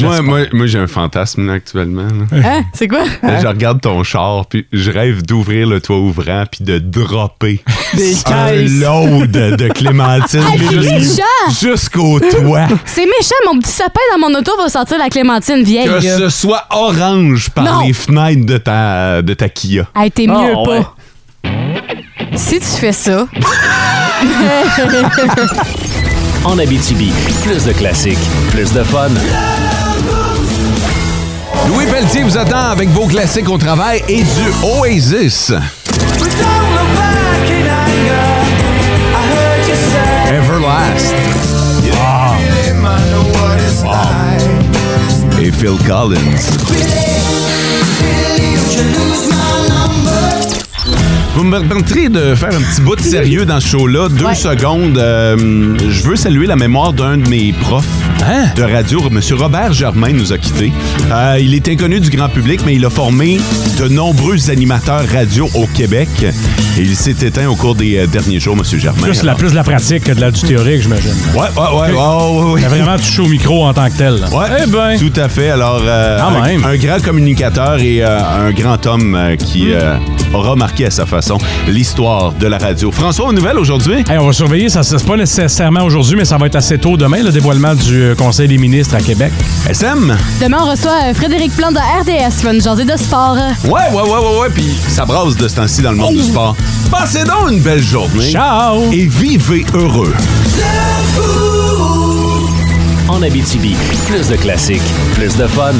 B: Moi, moi, moi, j'ai un fantasme là, actuellement. là.
E: Hein? C'est quoi?
B: Là, Je regarde ton char, puis je rêve d'ouvrir le toit ouvrant, puis de dropper
E: Des
B: un
E: caisses.
B: load de clémentine
E: Ah, c'est méchant!
B: jusqu'au toit.
E: C'est méchant, mon petit sapin dans mon auto va sentir la clémentine vieille.
B: Que
E: là.
B: ce soit orange par
E: Non.
B: les fenêtres de ta, de ta Kia.
E: Hey, t'es
B: Ah,
E: mieux
B: ouais.
E: pas. Si tu fais ça.
A: En Abitibi, plus de classiques, plus de fun.
B: Louis Pelletier vous attend avec vos classiques au travail et du Oasis. Everlast. Et Phil Collins. Vous me permettrez de faire un petit bout de sérieux dans ce show-là. Deux secondes. Euh, je veux saluer la mémoire d'un de mes profs de radio. Monsieur Robert Germain nous a quittés. Euh, il est inconnu du grand public, mais il a formé de nombreux animateurs radio au Québec. Et il s'est éteint au cours des euh, derniers jours, Monsieur Germain.
C: Plus la, plus de la pratique que de la du théorique, j'imagine.
B: Ouais, ouais, ouais, ouais, ouais, ouais.
C: T'as vraiment touché au micro en tant que tel. là.
B: Ouais, tout à fait. Alors, euh,
C: Eh ben. Quand
B: un,
C: même.
B: un grand communicateur et euh, un grand homme euh, qui
C: Hmm.
B: euh, aura marqué à sa façon l'histoire de la radio. François, aux nouvelles aujourd'hui?
C: Hey, on va surveiller, ça c'est pas nécessairement aujourd'hui, mais ça va être assez tôt demain, le dévoilement du euh, Conseil des ministres à Québec.
B: SM?
E: Demain, on reçoit euh, Frédéric Plante de RDS qui va nous jaser de sport.
B: Ouais, ouais, ouais, ouais, ouais. Puis ça brasse de ce temps-ci dans le monde du sport. Passez donc une belle journée.
C: Oh. Ciao!
B: Et vivez heureux.
A: En Abitibi, plus de classiques, plus de fun.